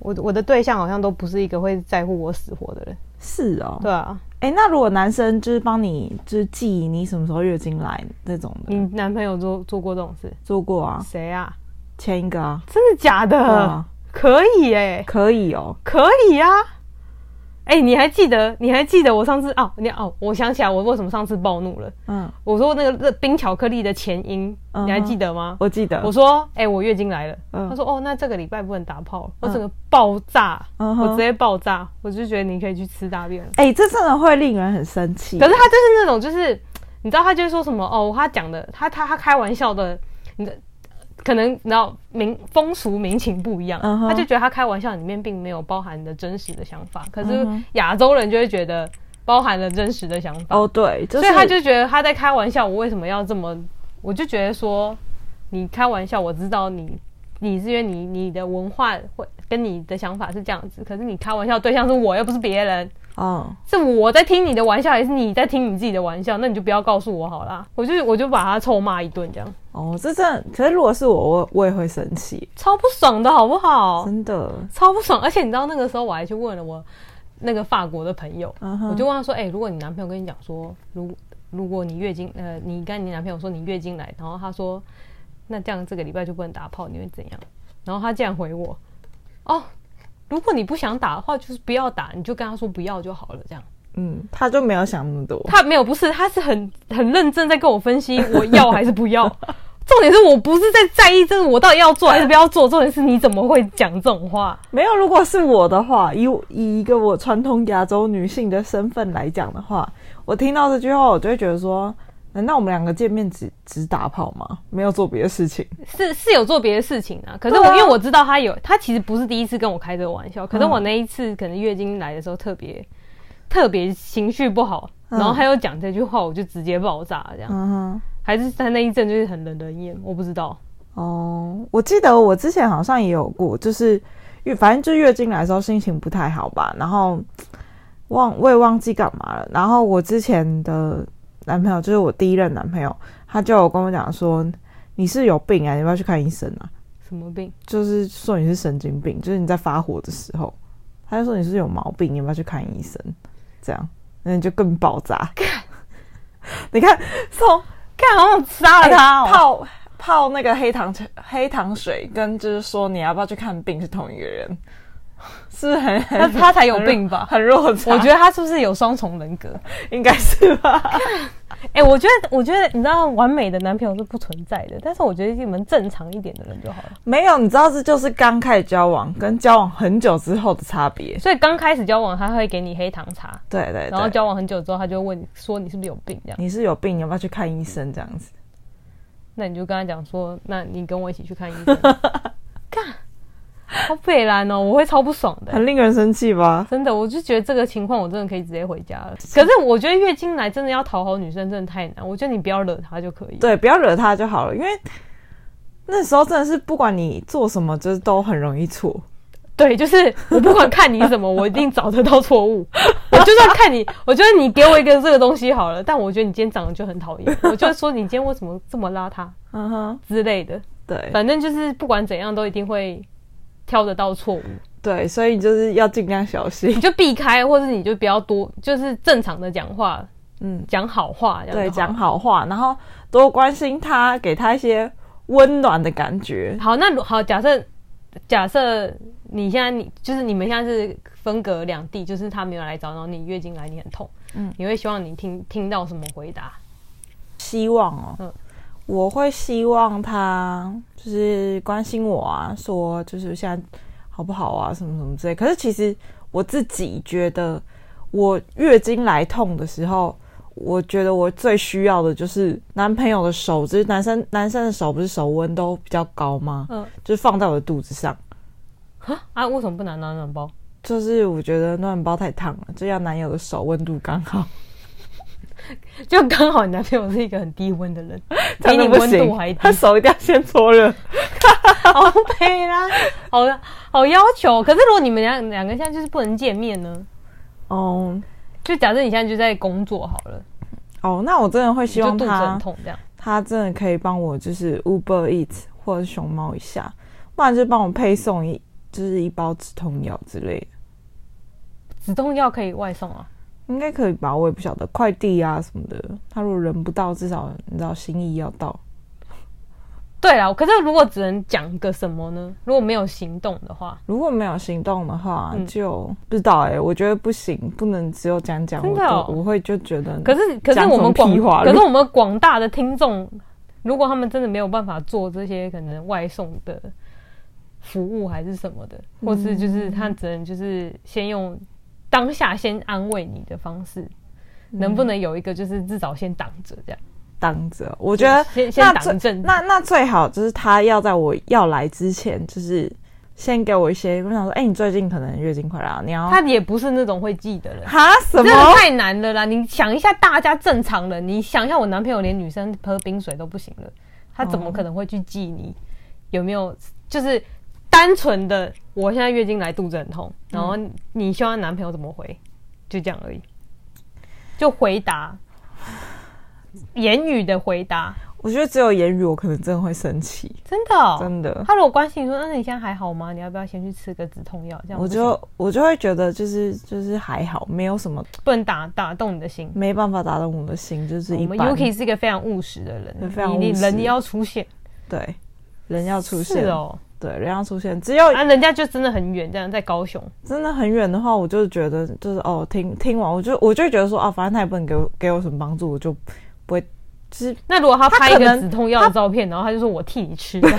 [SPEAKER 3] 我我的对象好像都不是一个会在乎我死活的人，
[SPEAKER 2] 是哦，
[SPEAKER 3] 对啊。
[SPEAKER 2] 哎、那如果男生就是帮你就是记你什么时候月经来那种的，
[SPEAKER 3] 你男朋友做做过这种事？
[SPEAKER 2] 做过啊，
[SPEAKER 3] 谁啊？
[SPEAKER 2] 前一个啊，
[SPEAKER 3] 真的假的？
[SPEAKER 2] 对啊，
[SPEAKER 3] 可以哎、
[SPEAKER 2] 可以哦，
[SPEAKER 3] 可以啊。哎、你还记得？你还记得我上次哦？你哦，我想起来，我为什么上次暴怒了？
[SPEAKER 2] 嗯，
[SPEAKER 3] 我说那个冰巧克力的前因，
[SPEAKER 2] 嗯哼
[SPEAKER 3] 你还记得吗？
[SPEAKER 2] 我记得，
[SPEAKER 3] 我说，哎、我月经来了。
[SPEAKER 2] 嗯
[SPEAKER 3] 他说，哦，那这个礼拜不能打炮了。我
[SPEAKER 2] 嗯
[SPEAKER 3] 整个爆炸，
[SPEAKER 2] 嗯哼
[SPEAKER 3] 我直接爆炸，我就觉得你可以去吃大便了。
[SPEAKER 2] 哎、这真的会令人很生气
[SPEAKER 3] 可。是他就是那种，就是你知道，他就是说什么哦，他讲的，他他他开玩笑的，你的可能你知道民风俗民情不一样
[SPEAKER 2] 嗯哼
[SPEAKER 3] 他就觉得他开玩笑里面并没有包含你的真实的想法，可是
[SPEAKER 2] 嗯哼
[SPEAKER 3] 亚洲人就会觉得包含了真实的想法
[SPEAKER 2] 哦，对，就是、
[SPEAKER 3] 所以他就觉得他在开玩笑，我为什么要这么？我就觉得说，你开玩笑，我知道你。你是因为你你的文化会跟你的想法是这样子，可是你开玩笑对象是我，又不是别人，
[SPEAKER 2] 嗯，
[SPEAKER 3] 是我在听你的玩笑，还是你在听你自己的玩笑？那你就不要告诉我好啦，我就我就把他臭骂一顿，这样
[SPEAKER 2] 哦，这真的，可是如果是我，我我也会生气，
[SPEAKER 3] 超不爽的好不好？
[SPEAKER 2] 真的。
[SPEAKER 3] 超不爽！而且你知道那个时候我还去问了我那个法国的朋友，
[SPEAKER 2] 嗯哼
[SPEAKER 3] 我就问他说：“哎、如果你男朋友跟你讲说，如如果你月经呃，你跟你男朋友说你月经来，然后他说那这样这个礼拜就不能打炮，你会怎样？”然后他竟然回我：“哦，如果你不想打的话，就是不要打，你就跟他说不要就好了，这样。”
[SPEAKER 2] 嗯，他就没有想那么多。
[SPEAKER 3] 他没有，不是，他是很很认真在跟我分析我要还是不要。 重点是我不是在在意这个我到底要做还是不要做，重点是你怎么会讲这种话？
[SPEAKER 2] 没有，如果是我的话，以以一个我传统亚洲女性的身份来讲的话，我听到这句话，我就会觉得说，难道我们两个见面只只打炮吗？没有做别的事情？
[SPEAKER 3] 是是有做别的事情啊，可是我、
[SPEAKER 2] 对啊
[SPEAKER 3] 因为我知道他有，他其实不是第一次跟我开这个玩笑，可是
[SPEAKER 2] 嗯
[SPEAKER 3] 我那一次可能月经来的时候特别特别情绪不好，
[SPEAKER 2] 嗯
[SPEAKER 3] 然后他又讲这句话，我就直接爆炸这样，
[SPEAKER 2] 嗯哼。
[SPEAKER 3] 还是他那一阵就是很冷人厌，我不知道。
[SPEAKER 2] 哦，我记得我之前好像也有过，就是月，反正就月经来的时候心情不太好吧，然后忘我也忘记干嘛了。然后我之前的男朋友，就是我第一任男朋友，他就有跟我讲说，你是有病啊，你要不要去看医生啊？
[SPEAKER 3] 什么病？
[SPEAKER 2] 就是说你是神经病，就是你在发火的时候，他就说你是有毛病，你要不要去看医生？这样，那你就更爆炸。 你看， 从哎
[SPEAKER 3] 看，好想杀了他、哦
[SPEAKER 2] 泡泡那个黑糖黑糖水，跟就是说你要不要去看病是同一个人，是不是很
[SPEAKER 3] 哎他
[SPEAKER 2] 很
[SPEAKER 3] 他才有病吧？
[SPEAKER 2] 很弱智， 啊
[SPEAKER 3] 我觉得他是不是有双重人格？
[SPEAKER 2] 应该是吧。
[SPEAKER 3] 哎、我觉得，我觉得，你知道，完美的男朋友是不存在的，但是我觉得你们正常一点的人就好了。
[SPEAKER 2] 没有，你知道这就是刚开始交往跟交往很久之后的差别。
[SPEAKER 3] 所以刚开始交往，他会给你黑糖茶，
[SPEAKER 2] 对对对，嗯
[SPEAKER 3] 然后交往很久之后，他就会问你说你是不是有病这样，
[SPEAKER 2] 你是有病，你要不要去看医生这样子？
[SPEAKER 3] 那你就跟他讲说，那你跟我一起去看医 生。干，好北蓝哦，我会超不爽的。
[SPEAKER 2] 很令人生气吧？
[SPEAKER 3] 真的，我就觉得这个情况我真的可以直接回家了。可是我觉得月经来真的要讨好女生真的太难，我觉得你不要惹她就可以。
[SPEAKER 2] 对，不要惹他就好了，因为那时候真的是不管你做什么，就是都很容易错。
[SPEAKER 3] 对，就是我不管看你什么，我一定找得到错误。 我就算看你，我觉得你给我一个这个东西好了，但我觉得你今天长得就很讨厌，我就会说你今天为什么这么邋遢
[SPEAKER 2] 嗯哼，
[SPEAKER 3] 之类的。
[SPEAKER 2] 对
[SPEAKER 3] 反正就是不管怎样，都一定会挑得到错误。
[SPEAKER 2] 对，所以你就是要尽量小心
[SPEAKER 3] 你。就避开，或者你就不要多，就是正常的讲话，
[SPEAKER 2] 嗯，
[SPEAKER 3] 讲好话，这样
[SPEAKER 2] 对，
[SPEAKER 3] 就好
[SPEAKER 2] 讲。好话，然后多关心他，给他一些温暖的感觉。
[SPEAKER 3] 好，那如好，假设假设你现在你就是你们现在是分隔两地，就是他没有来找，然后你月经来你很痛，
[SPEAKER 2] 嗯
[SPEAKER 3] 你会希望你听听到什么回答？
[SPEAKER 2] 希望哦，
[SPEAKER 3] 嗯
[SPEAKER 2] 我会希望他就是关心我啊，说就是现在好不好啊，什么什么之类。可是其实我自己觉得，我月经来痛的时候，我觉得我最需要的就是男朋友的手，就是男生男生的手不是手温都比较高吗？
[SPEAKER 3] 嗯
[SPEAKER 2] 就是放在我的肚子上。
[SPEAKER 3] 啊，为什么不拿暖暖包？
[SPEAKER 2] 就是我觉得暖包太烫了，就要男友的手温度刚 好，
[SPEAKER 3] 就刚好你男朋友是一个很低温的人，比
[SPEAKER 2] 真的
[SPEAKER 3] 你
[SPEAKER 2] 不
[SPEAKER 3] 温
[SPEAKER 2] 行
[SPEAKER 3] 度还低，
[SPEAKER 2] 他手一定要先搓热。
[SPEAKER 3] 好悲啦，好好要求。可是如果你们两两个现在就是不能见面呢？
[SPEAKER 2] 哦
[SPEAKER 3] 就假设你现在就在工作好了，
[SPEAKER 2] 哦，那我真的会希
[SPEAKER 3] 就
[SPEAKER 2] 望
[SPEAKER 3] 肚子
[SPEAKER 2] 他
[SPEAKER 3] 很痛这样。
[SPEAKER 2] 他真的可以帮我，就是 Uber Eat 或者熊猫一下，不然就帮我配送一就是一包止痛药之类的，
[SPEAKER 3] 止痛药可以外送啊，
[SPEAKER 2] 应该可以吧？我也不晓得快递啊什么的，他如果人不到，至少你知道心意要到。
[SPEAKER 3] 对啦，可是如果只能讲个什么呢？如果没有行动的话，
[SPEAKER 2] 如果没有行动的话，
[SPEAKER 3] 嗯
[SPEAKER 2] 就不知道哎、我觉得不行，不能只有讲讲，
[SPEAKER 3] 真
[SPEAKER 2] 我
[SPEAKER 3] 的哦
[SPEAKER 2] 都我会就觉得，
[SPEAKER 3] 可是可是
[SPEAKER 2] 讲
[SPEAKER 3] 我们
[SPEAKER 2] 什么屁话
[SPEAKER 3] 广，可是我们广大的听众，如果他们真的没有办法做这些可能外送的服务还是什么的，
[SPEAKER 2] 嗯
[SPEAKER 3] 或是就是他只能就是先用当下先安慰你的方式，能不能有一个就是至少先挡着这样？
[SPEAKER 2] 嗯挡着，我觉得
[SPEAKER 3] 先先
[SPEAKER 2] 那
[SPEAKER 3] 挡
[SPEAKER 2] 最
[SPEAKER 3] 正
[SPEAKER 2] 那那最好就是他要在我要来之前，就是先给我一些，我想说，哎、你最近可能月经快来了，啊你要
[SPEAKER 3] 他也不是那种会记得人。
[SPEAKER 2] 哈什
[SPEAKER 3] 真的
[SPEAKER 2] 么？
[SPEAKER 3] 太难了啦！你想一下，大家正常人，你想一下，我男朋友连女生喝冰水都不行了，他怎么可能会去记你有没有？就是单纯的，我现在月经来，肚子很痛，
[SPEAKER 2] 嗯
[SPEAKER 3] 然后你你希望男朋友怎么回？就这样而已，就回答，言语的回答，
[SPEAKER 2] 我觉得只有言语，我可能真的会生气，
[SPEAKER 3] 真的、哦，
[SPEAKER 2] 真的。
[SPEAKER 3] 他如果关心你说，啊那你现在还好吗？你要不要先去吃个止痛药？这样
[SPEAKER 2] 我
[SPEAKER 3] 不行
[SPEAKER 2] 就我就会觉得就是就是还好，没有什么
[SPEAKER 3] 不能打打动你的心。
[SPEAKER 2] 没办法打动我的心，就是一
[SPEAKER 3] 哦我们
[SPEAKER 2] 般。
[SPEAKER 3] Yuki 是一个非常务实的人，
[SPEAKER 2] 对非常
[SPEAKER 3] 你
[SPEAKER 2] 务
[SPEAKER 3] 你
[SPEAKER 2] 实
[SPEAKER 3] 人要出现，
[SPEAKER 2] 对人要出
[SPEAKER 3] 是
[SPEAKER 2] 现，
[SPEAKER 3] 哦，
[SPEAKER 2] 对人要出现，只有
[SPEAKER 3] 啊，人家就真的很远，这样在高雄，
[SPEAKER 2] 真的很远的话，我就觉得就是哦，听听完我就我就觉得说啊，反正他也不能给我给我什么帮助，我就不会就是
[SPEAKER 3] 那如果他拍一
[SPEAKER 2] 他可
[SPEAKER 3] 个
[SPEAKER 2] 能
[SPEAKER 3] 止痛药的照片，然后他就说我替你吃， 这样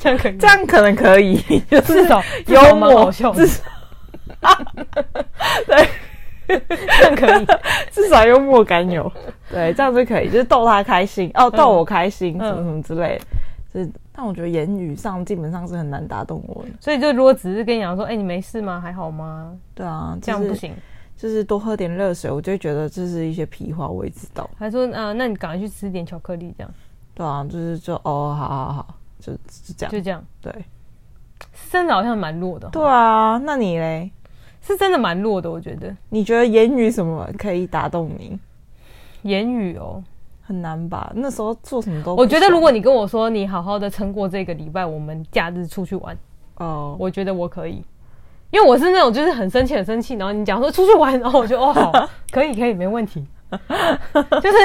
[SPEAKER 3] 这样可以吗，
[SPEAKER 2] 这样可能可 以，就是
[SPEAKER 3] 至少
[SPEAKER 2] 幽
[SPEAKER 3] 至少蛮
[SPEAKER 2] 默，
[SPEAKER 3] 好笑的
[SPEAKER 2] 至，少对，
[SPEAKER 3] 这样可以，
[SPEAKER 2] 至少幽默感有， 对，这样就可以，就是逗他开心，哦，逗我开心，
[SPEAKER 3] 嗯
[SPEAKER 2] 什么什么之类的。就是，但我觉得言语上基本上是很难打动我的。
[SPEAKER 3] 所以就如果只是跟你讲说，哎，你没事吗？还好吗？
[SPEAKER 2] 对啊，
[SPEAKER 3] 这
[SPEAKER 2] 就
[SPEAKER 3] 样
[SPEAKER 2] 是
[SPEAKER 3] 不，行，
[SPEAKER 2] 就是多喝点热水，我就会觉得这是一些屁话，我也知道。
[SPEAKER 3] 还说，呃，那你赶快去吃点巧克力，这样
[SPEAKER 2] 对啊，就是就哦，好好好，就就这样
[SPEAKER 3] 就。这样，
[SPEAKER 2] 对，
[SPEAKER 3] 真的好像蛮弱的，
[SPEAKER 2] 对，啊，那你嘞？
[SPEAKER 3] 是真的蛮弱的，我觉得
[SPEAKER 2] 你觉得言语什么可以打动你？
[SPEAKER 3] 言语哦，
[SPEAKER 2] 很难吧？那时候做什么都不
[SPEAKER 3] 我觉得
[SPEAKER 2] 爽
[SPEAKER 3] 如果你跟我说你好好的撑过这个礼拜，我们假日出去玩，
[SPEAKER 2] 哦，
[SPEAKER 3] 我觉得我可以，因为我是那种就是很生气很生气，然后你讲说出去玩，然后我就哦好，可以可以没问题。 就是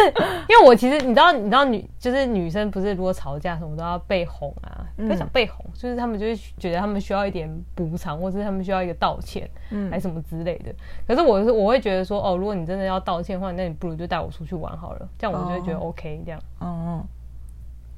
[SPEAKER 3] 因为我其实你知道你知道女就是女生不是如果吵架什么都要被哄啊，
[SPEAKER 2] 嗯
[SPEAKER 3] 不想被哄，就是她们就是觉得她们需要一点补偿，或者她们需要一个道歉，
[SPEAKER 2] 嗯
[SPEAKER 3] 还是什么之类的。可是我是我会觉得说哦，如果你真的要道歉的话，那你不如就带我出去玩好了，这样我就会觉得
[SPEAKER 2] 哦
[SPEAKER 3] OK，这样
[SPEAKER 2] 嗯，嗯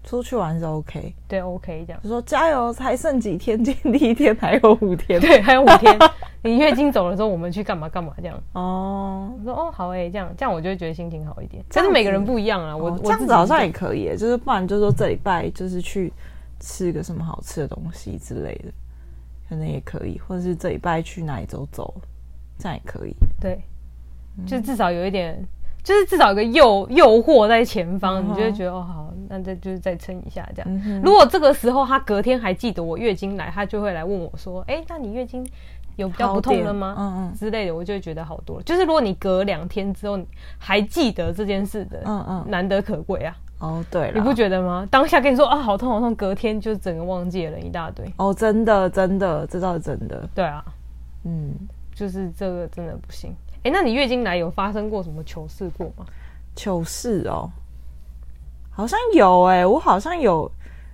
[SPEAKER 2] 出去玩是 OK，
[SPEAKER 3] 对 OK 这样。
[SPEAKER 2] 就说加油，才剩几天，今天第一天还有五天。
[SPEAKER 3] 对，还有五 天，你月经走了之后，我们去干嘛干嘛这样。
[SPEAKER 2] 哦，
[SPEAKER 3] 我说哦，好诶、这样这样我就会觉得心情好一点。
[SPEAKER 2] 这样
[SPEAKER 3] 但是
[SPEAKER 2] 子
[SPEAKER 3] 每个人不一样啊，我、
[SPEAKER 2] 我
[SPEAKER 3] 我
[SPEAKER 2] 哦这样
[SPEAKER 3] 自
[SPEAKER 2] 子
[SPEAKER 3] 己
[SPEAKER 2] 好像也可以耶，就是不然就说这礼拜就是去吃个什么好吃的东西之类的，可能也可以，或者是这礼拜去哪里走走，这样也可以。
[SPEAKER 3] 对，
[SPEAKER 2] 嗯
[SPEAKER 3] 就至少有一点，就是至少有个诱诱惑在前方，
[SPEAKER 2] 嗯
[SPEAKER 3] 你
[SPEAKER 2] 哼
[SPEAKER 3] 就会觉得哦好，那再就是再撑一下这样。
[SPEAKER 2] 嗯哼
[SPEAKER 3] 如果这个时候他隔天还记得我月经来，他就会来问我说：“哎、那你月经有比较不痛了吗？”
[SPEAKER 2] 好点嗯嗯
[SPEAKER 3] 之类的，我就会觉得好多了。就是如果你隔两天之后你还记得这件事的，
[SPEAKER 2] 嗯嗯，
[SPEAKER 3] 难得可贵啊，
[SPEAKER 2] 哦对了，
[SPEAKER 3] 你不觉得吗？当下跟你说啊好痛好痛，隔天就整个忘记了一大堆。
[SPEAKER 2] 哦，真的真的，这倒是真的，
[SPEAKER 3] 对啊，
[SPEAKER 2] 嗯。
[SPEAKER 3] 就是这个真的不行。哎、那你月经来有发生过什么糗事过吗？
[SPEAKER 2] 糗事哦，好像有哎、我好像有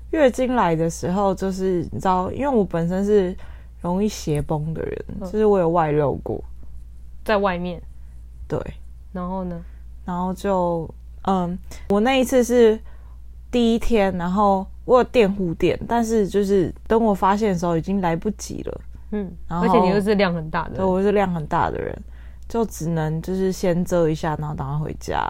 [SPEAKER 2] 月经来的时候，就是你知道，因为我本身是容易血崩的人，
[SPEAKER 3] 嗯
[SPEAKER 2] 就是我有外漏过，
[SPEAKER 3] 在外面，
[SPEAKER 2] 对，
[SPEAKER 3] 然后呢，
[SPEAKER 2] 然后就嗯，我那一次是第一天，然后我有垫护垫，但是就是等我发现的时候已经来不及了，
[SPEAKER 3] 嗯，
[SPEAKER 2] 然后
[SPEAKER 3] 而且你又是量很大的
[SPEAKER 2] 对
[SPEAKER 3] 人，
[SPEAKER 2] 我是量很大的人，就只能就是先遮一下，然后赶快回家，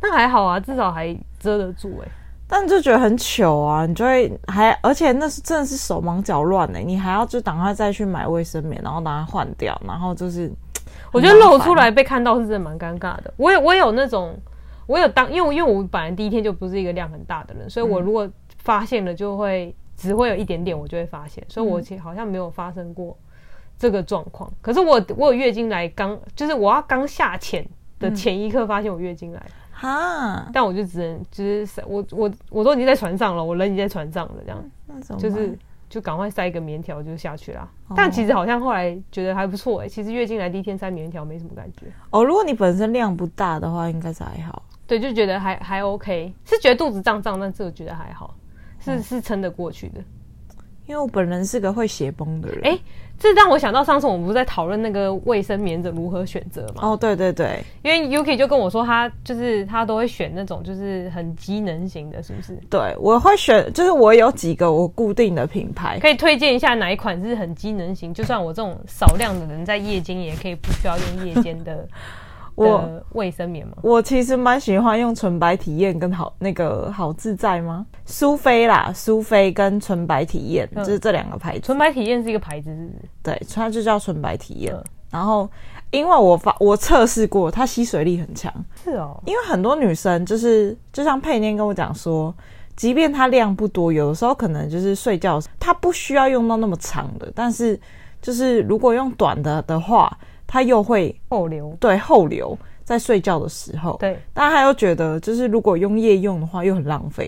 [SPEAKER 3] 那还好啊，至少还遮得住哎、
[SPEAKER 2] 但就觉得很糗啊，你就会还而且那是真的是手忙脚乱呢，你还要就赶快再去买卫生棉，然后把它换掉，然后就是
[SPEAKER 3] 我觉得露出来被看到是真的蛮尴尬的。我有我有那种，我有当，因为我因为我本来第一天就不是一个量很大的人，所
[SPEAKER 2] 嗯
[SPEAKER 3] 以我如果发现了就会只会有一点点，我就会发现，所以
[SPEAKER 2] 嗯
[SPEAKER 3] 我其实好像没有发生过这个状况。可是我我有月经来刚，就是我要刚下潜
[SPEAKER 2] 嗯
[SPEAKER 3] 的前一刻发现我月经来，
[SPEAKER 2] 哈，
[SPEAKER 3] 但我就只能就是我我我都已经在船上了，我人已经在船上了，这样
[SPEAKER 2] 那怎么
[SPEAKER 3] 就
[SPEAKER 2] 办
[SPEAKER 3] 是。就赶快塞一个棉条就下去啦，但其实好像后来觉得还不错哎、其实月经来第一天塞棉条没什么感觉。
[SPEAKER 2] 哦，如果你本身量不大的话，应该是还好。
[SPEAKER 3] 对，就觉得还还 OK，是觉得肚子胀胀，但是我觉得还好，是、是撑得过去的。
[SPEAKER 2] 因为我本人是个会血崩的人。
[SPEAKER 3] 哎这让我想到上次我们不是在讨论那个卫生棉怎么如何选择嘛？
[SPEAKER 2] 哦，对对对，
[SPEAKER 3] 因为 Yuki 就跟我说，他就是他都会选那种就是很机能型的，是不是？
[SPEAKER 2] 对我会选，就是我有几个我固定的品牌。
[SPEAKER 3] 可以推荐一下哪一款是很机能型？就算我这种少量的人在夜间也可以不需要用夜间 的
[SPEAKER 2] 我
[SPEAKER 3] 的卫生棉吗？
[SPEAKER 2] 我其实蛮喜欢用纯白体验跟好那个好自在吗？苏菲啦，苏菲跟纯白体验、
[SPEAKER 3] 嗯
[SPEAKER 2] 就是这两个牌子。
[SPEAKER 3] 纯白体验是一个牌子，是不是？
[SPEAKER 2] 对，它就叫纯白体验。
[SPEAKER 3] 嗯
[SPEAKER 2] 然后，因为我发我测试过，它吸水力很强。
[SPEAKER 3] 是哦，
[SPEAKER 2] 因为很多女生就是，就像佩念跟我讲说，即便她量不多，有的时候可能就是睡觉，她不需要用到那么长的，但是就是如果用短的的话，她又会
[SPEAKER 3] 后流
[SPEAKER 2] 对后流在睡觉的时候。
[SPEAKER 3] 对，
[SPEAKER 2] 但她又觉得，就是如果用夜用的话，又很浪费，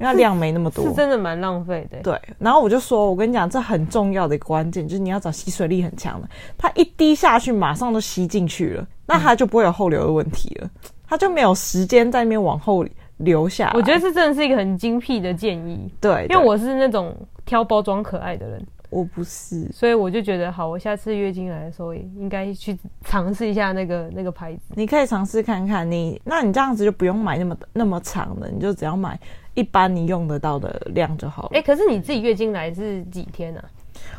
[SPEAKER 2] 因为它量没那么多
[SPEAKER 3] 是。真的蛮浪费的。
[SPEAKER 2] 对，然后我就说，我跟你讲，这很重要的一个关键就是你要找吸水力很强的，它一滴下去马上就吸进去了，
[SPEAKER 3] 嗯
[SPEAKER 2] 那它就不会有后流的问题了，它就没有时间在那边往后流下来。
[SPEAKER 3] 我觉得这真的是一个很精辟的建议。
[SPEAKER 2] 对，
[SPEAKER 3] 因为
[SPEAKER 2] 对
[SPEAKER 3] 我是那种挑包装可爱的人，
[SPEAKER 2] 我不是，
[SPEAKER 3] 所以我就觉得好，我下次月经来的时候也应该去尝试一下那个那个牌子。
[SPEAKER 2] 你可以尝试看看你，那你这样子就不用买那么那么长的，你就只要买一般你用得到的量就好了。
[SPEAKER 3] 哎、可是你自己月经来是几天啊？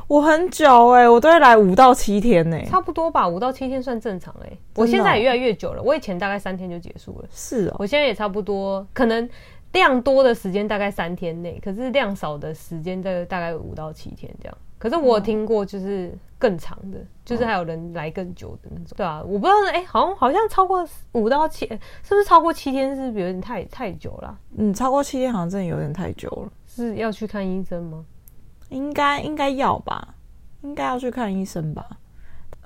[SPEAKER 2] 我很久哎、我都会来五到七天欸呢、
[SPEAKER 3] 差不多吧，五到七天算正常哎、我现在也越来越久了，我以前大概三天就结束了，
[SPEAKER 2] 是哦，
[SPEAKER 3] 我现在也差不多，可能量多的时间大概三天内，可是量少的时间大概大概五到七天这样。可是我有听过就是更长的，就是还有人来更久的那种。对啊，我不知道，哎、好像好像超过五到七，呃是不是超过七天？是不是有点太太久了啊？
[SPEAKER 2] 嗯，超过七天好像真的有点太久了，
[SPEAKER 3] 是要去看医生吗？
[SPEAKER 2] 应该应该要吧，应该要去看医生吧。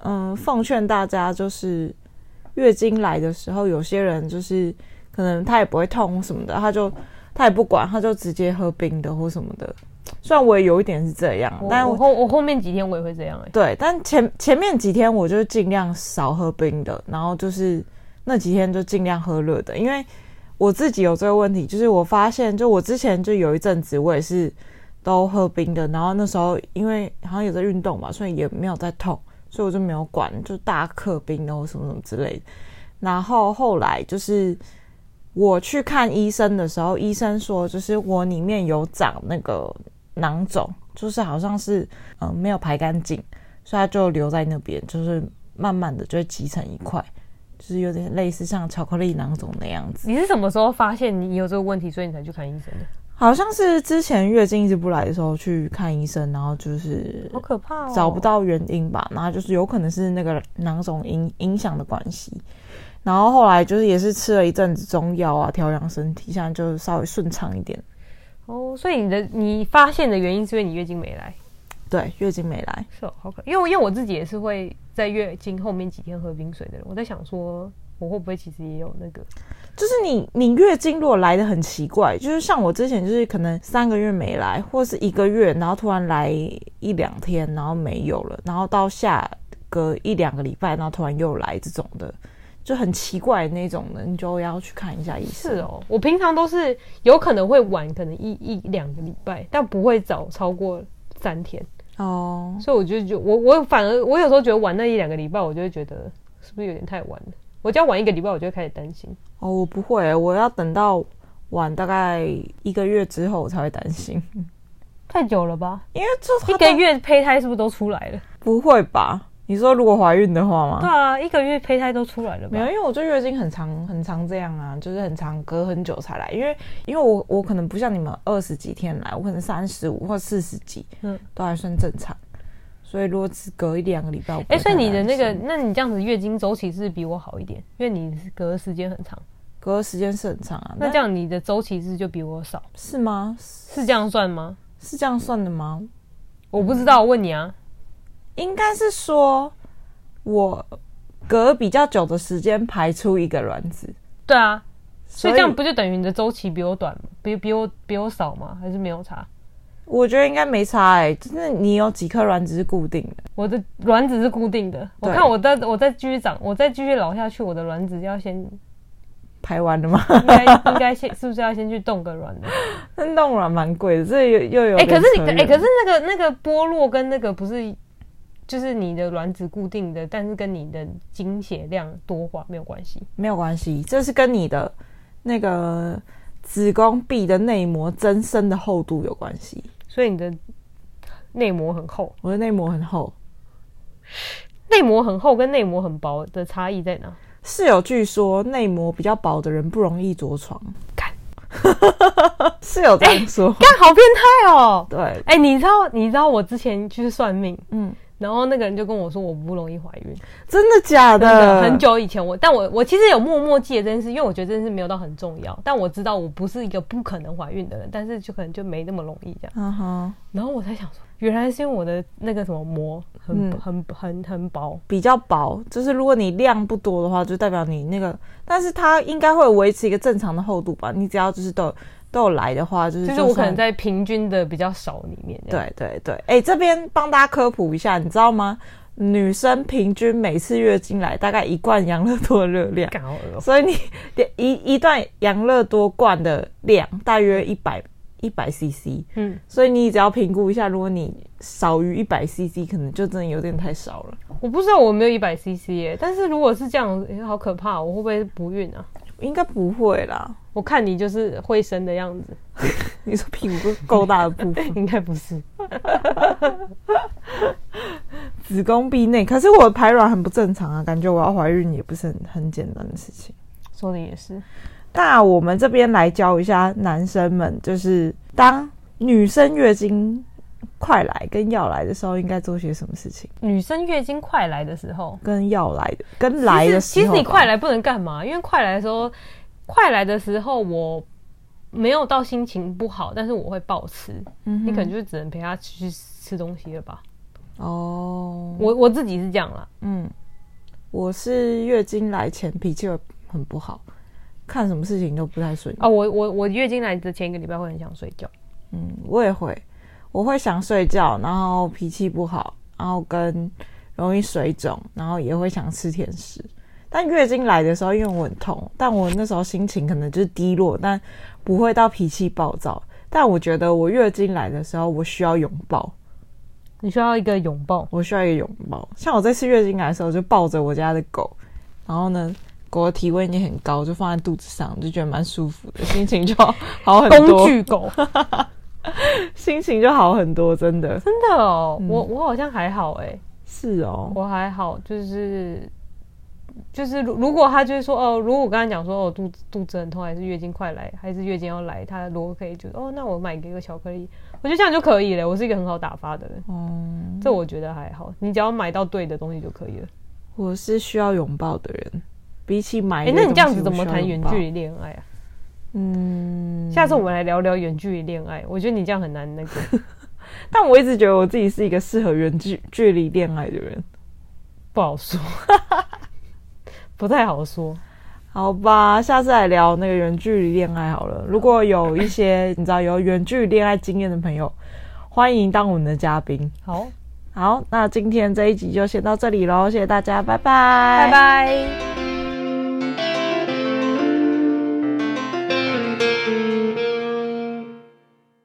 [SPEAKER 2] 嗯，奉劝大家就是月经来的时候，有些人就是可能他也不会痛什么的，他就他也不管，他就直接喝冰的或什么的。虽然我也有一点是这样
[SPEAKER 3] 我，
[SPEAKER 2] 但
[SPEAKER 3] 我
[SPEAKER 2] 我
[SPEAKER 3] 后我后面几天我也会这样哎、
[SPEAKER 2] 对，但前前面几天我就尽量少喝冰的，然后就是那几天就尽量喝热的，因为我自己有这个问题，就是我发现，就我之前就有一阵子我也是都喝冰的，然后那时候因为好像有在运动嘛，所以也没有在痛，所以我就没有管，就大克冰的或什么什么之类的。然后后来就是我去看医生的时候，医生说就是我里面有长那个囊肿，就是好像是嗯、呃没有排干净，所以它就留在那边，就是慢慢的就会集成一块，就是有点类似像巧克力囊肿那样子。
[SPEAKER 3] 你是什么时候发现你有这个问题，所以你才去看医生的？
[SPEAKER 2] 好像是之前月经一直不来的时候去看医生，然后就是
[SPEAKER 3] 好可怕哦！
[SPEAKER 2] 找不到原因吧，然后就是有可能是那个囊肿影影响的关系。然后后来就是也是吃了一阵子中药啊，调养身体，现在就稍微顺畅一点。
[SPEAKER 3] 哦，所以你的你发现的原因是因为你月经没来。
[SPEAKER 2] 对，月经没来，
[SPEAKER 3] 是哦，好可，因为我因为我自己也是会在月经后面几天喝冰水的人，我在想说我会不会其实也有那个，
[SPEAKER 2] 就是你你月经如果来的很奇怪，就是像我之前就是可能三个月没来，或是一个月，然后突然来一两天，然后没有了，然后到下个一两个礼拜，然后突然又来这种的，就很奇怪的那种的，你就要去看一下医生。
[SPEAKER 3] 是哦，我平常都是有可能会晚，可能一一两个礼拜，但不会早超过三天，
[SPEAKER 2] 哦，
[SPEAKER 3] 所以我就觉我我反而我有时候觉得晚那一两个礼拜，我就会觉得是不是有点太晚了？我只要晚一个礼拜，我就会开始担心。
[SPEAKER 2] 哦，我不会，我要等到晚大概一个月之后我才会担心，
[SPEAKER 3] 太久了吧？
[SPEAKER 2] 因为就
[SPEAKER 3] 嗯一
[SPEAKER 2] 一
[SPEAKER 3] 个月胚胎是不是都出来了？
[SPEAKER 2] 不会吧？你说如果怀孕的话吗？
[SPEAKER 3] 对啊，一个月胚胎都出来了吧？
[SPEAKER 2] 没有，因为我就月经很长很长这样啊，就是很长隔很久才来，因为因为我我可能不像你们二十几天来，我可能三十五或四十几，
[SPEAKER 3] 嗯
[SPEAKER 2] 嗯，都还算正常。所以如果只隔一两个礼拜，我不
[SPEAKER 3] 哎、
[SPEAKER 2] 会
[SPEAKER 3] 所以
[SPEAKER 2] 太
[SPEAKER 3] 你的
[SPEAKER 2] 担
[SPEAKER 3] 那个，
[SPEAKER 2] 心
[SPEAKER 3] 那你这样子月经周期是比我好一点，因为你是隔的时间很长。
[SPEAKER 2] 隔时间是很长啊，
[SPEAKER 3] 那
[SPEAKER 2] 但
[SPEAKER 3] 这样你的周期是就比我少，
[SPEAKER 2] 是吗？是
[SPEAKER 3] 是这样算吗？
[SPEAKER 2] 是这样算的吗？
[SPEAKER 3] 我不知道，我问你啊。
[SPEAKER 2] 应该是说我隔比较久的时间排出一个卵子，
[SPEAKER 3] 对啊，所
[SPEAKER 2] 所
[SPEAKER 3] 以这样不就等于你的周期比我短，比比我比我少吗？还是没有差？
[SPEAKER 2] 我觉得应该没差哎、就是你有几颗卵子是固定的，
[SPEAKER 3] 我的卵子是固定的，我
[SPEAKER 2] 对
[SPEAKER 3] 看我再我再继续长，我再继续老下去，我的卵子要先应
[SPEAKER 2] 排完了吗？
[SPEAKER 3] 该应该先是不是要先去冻个卵呢？
[SPEAKER 2] 那冻卵蛮贵的，这又又有
[SPEAKER 3] 哎、
[SPEAKER 2] 点
[SPEAKER 3] 可是你
[SPEAKER 2] 扯
[SPEAKER 3] 可
[SPEAKER 2] 远
[SPEAKER 3] 哎、可是那个那个剥落跟那个不是，就是你的卵子固定的，但是跟你的经血量多寡没有关系。
[SPEAKER 2] 没有关系，这是跟你的那个子宫壁的内膜增生的厚度有关系。
[SPEAKER 3] 所以你的内膜很厚，
[SPEAKER 2] 我的内膜很厚，
[SPEAKER 3] 内膜很厚跟内膜很薄的差异在哪？
[SPEAKER 2] 室友据说内膜比较薄的人不容易着床。
[SPEAKER 3] 干， 哎
[SPEAKER 2] 室友这样说。
[SPEAKER 3] 干好变态哦！
[SPEAKER 2] 对，
[SPEAKER 3] 哎、你知道你知道我之前去算命，
[SPEAKER 2] 嗯，
[SPEAKER 3] 然后那个人就跟我说我不容易怀孕，
[SPEAKER 2] 真的假
[SPEAKER 3] 真
[SPEAKER 2] 的？
[SPEAKER 3] 的很。久以前我，但我我其实有默默记得这件事，因为我觉得这件事没有到很重要，但我知道我不是一个不可能怀孕的人，但是就可能就没那么容易这样。
[SPEAKER 2] 嗯哼，
[SPEAKER 3] 然后我才想说，原来是因为我的那个什么膜很、
[SPEAKER 2] 嗯
[SPEAKER 3] 很很很薄，
[SPEAKER 2] 比较薄，就是如果你量不多的话，就代表你那个，但是它应该会维持一个正常的厚度吧？你只要就是都有都有来的话，就是
[SPEAKER 3] 就是我可
[SPEAKER 2] 算
[SPEAKER 3] 能在平均的比较少里面这样。
[SPEAKER 2] 对对对，哎、这边帮大家科普一下，你知道吗？女生平均每次月经来大概一罐养乐多的热 量，
[SPEAKER 3] 干好恶哦
[SPEAKER 2] 所以你一一段养乐多罐的量大约一百一百 CC，
[SPEAKER 3] 嗯，
[SPEAKER 2] 所以你只要评估一下，如果你少于一百 CC，可能就真的有点太少了，
[SPEAKER 3] 我不知道我没有一百 CC 耶，但是如果是这样，哎好可怕哦，我会不会不孕啊？
[SPEAKER 2] 应该不会啦。
[SPEAKER 3] 我看你就是会生的样子，
[SPEAKER 2] 你说屁股够大的部分，
[SPEAKER 3] 应该不是。
[SPEAKER 2] 子宫壁内，可是我的排卵很不正常啊，感觉我要怀孕也不是很很简单的事情。
[SPEAKER 3] 说的也是，
[SPEAKER 2] 那我们这边来教一下男生们，就是当女生月经快来跟要来的时候，应该做些什么事情？
[SPEAKER 3] 女生月经快来的时候，
[SPEAKER 2] 跟要来的，跟来的时
[SPEAKER 3] 其
[SPEAKER 2] 候
[SPEAKER 3] 实其实你
[SPEAKER 2] 吧
[SPEAKER 3] 快，来不能干嘛，因为快来的时候，快来的时候我没有到心情不好，但是我会暴吃，
[SPEAKER 2] 嗯哼
[SPEAKER 3] 你可能就只能陪他去吃东西了吧。
[SPEAKER 2] 哦，
[SPEAKER 3] 我我自己是这样啦，
[SPEAKER 2] 嗯，我是月经来前脾气会很不好，看什么事情都不太顺眼。
[SPEAKER 3] 啊、我我我月经来的前一个礼拜会很想睡觉，
[SPEAKER 2] 嗯，我也会，我会想睡觉，然后脾气不好，然后跟容易水肿，然后也会想吃甜食。但月经来的时候，因为我很痛，但我那时候心情可能就是低落，但不会到脾气暴躁。但我觉得我月经来的时候，我需要拥抱，
[SPEAKER 3] 你需要一个拥抱，
[SPEAKER 2] 我需要一个拥抱。像我这次月经来的时候，就抱着我家的狗，然后呢，狗的体温已经很高，就放在肚子上，就觉得蛮舒服的，心情就好好很多，
[SPEAKER 3] 工具狗，
[SPEAKER 2] 心情就好很多，真的
[SPEAKER 3] 真的哦，我我好像还好哎、
[SPEAKER 2] 是哦。
[SPEAKER 3] 我还好，就是就是如如果他就是说哦，如果我跟他讲说哦肚肚子很痛，还是月经快来，还是月经要来，他如果可以就是哦，那我买给一个巧克力，我觉得这样就可以了。我是一个很好打发的人，
[SPEAKER 2] 哦，
[SPEAKER 3] 这我觉得还好，你只要买到对的东西就可以了。
[SPEAKER 2] 我是需要拥抱的人，比起买
[SPEAKER 3] 哎、
[SPEAKER 2] 一个
[SPEAKER 3] 那你这样
[SPEAKER 2] 东西
[SPEAKER 3] 子怎么谈远距？
[SPEAKER 2] 我需要
[SPEAKER 3] 离
[SPEAKER 2] 拥抱
[SPEAKER 3] 恋爱啊？
[SPEAKER 2] 嗯，
[SPEAKER 3] 下次我们来聊聊远距离恋爱，我觉得你这样很难那个。
[SPEAKER 2] 但我一直觉得我自己是一个适合远距距离恋爱的人，
[SPEAKER 3] 不好说， 不太好说。
[SPEAKER 2] 好吧？下次来聊那个远距离恋爱好了。如果有一些你知道有远距离恋爱经验的朋友，欢迎当我们的嘉宾。
[SPEAKER 3] 好，
[SPEAKER 2] 好，那今天这一集就先到这里喽，谢谢大家，拜拜，
[SPEAKER 3] 拜。拜。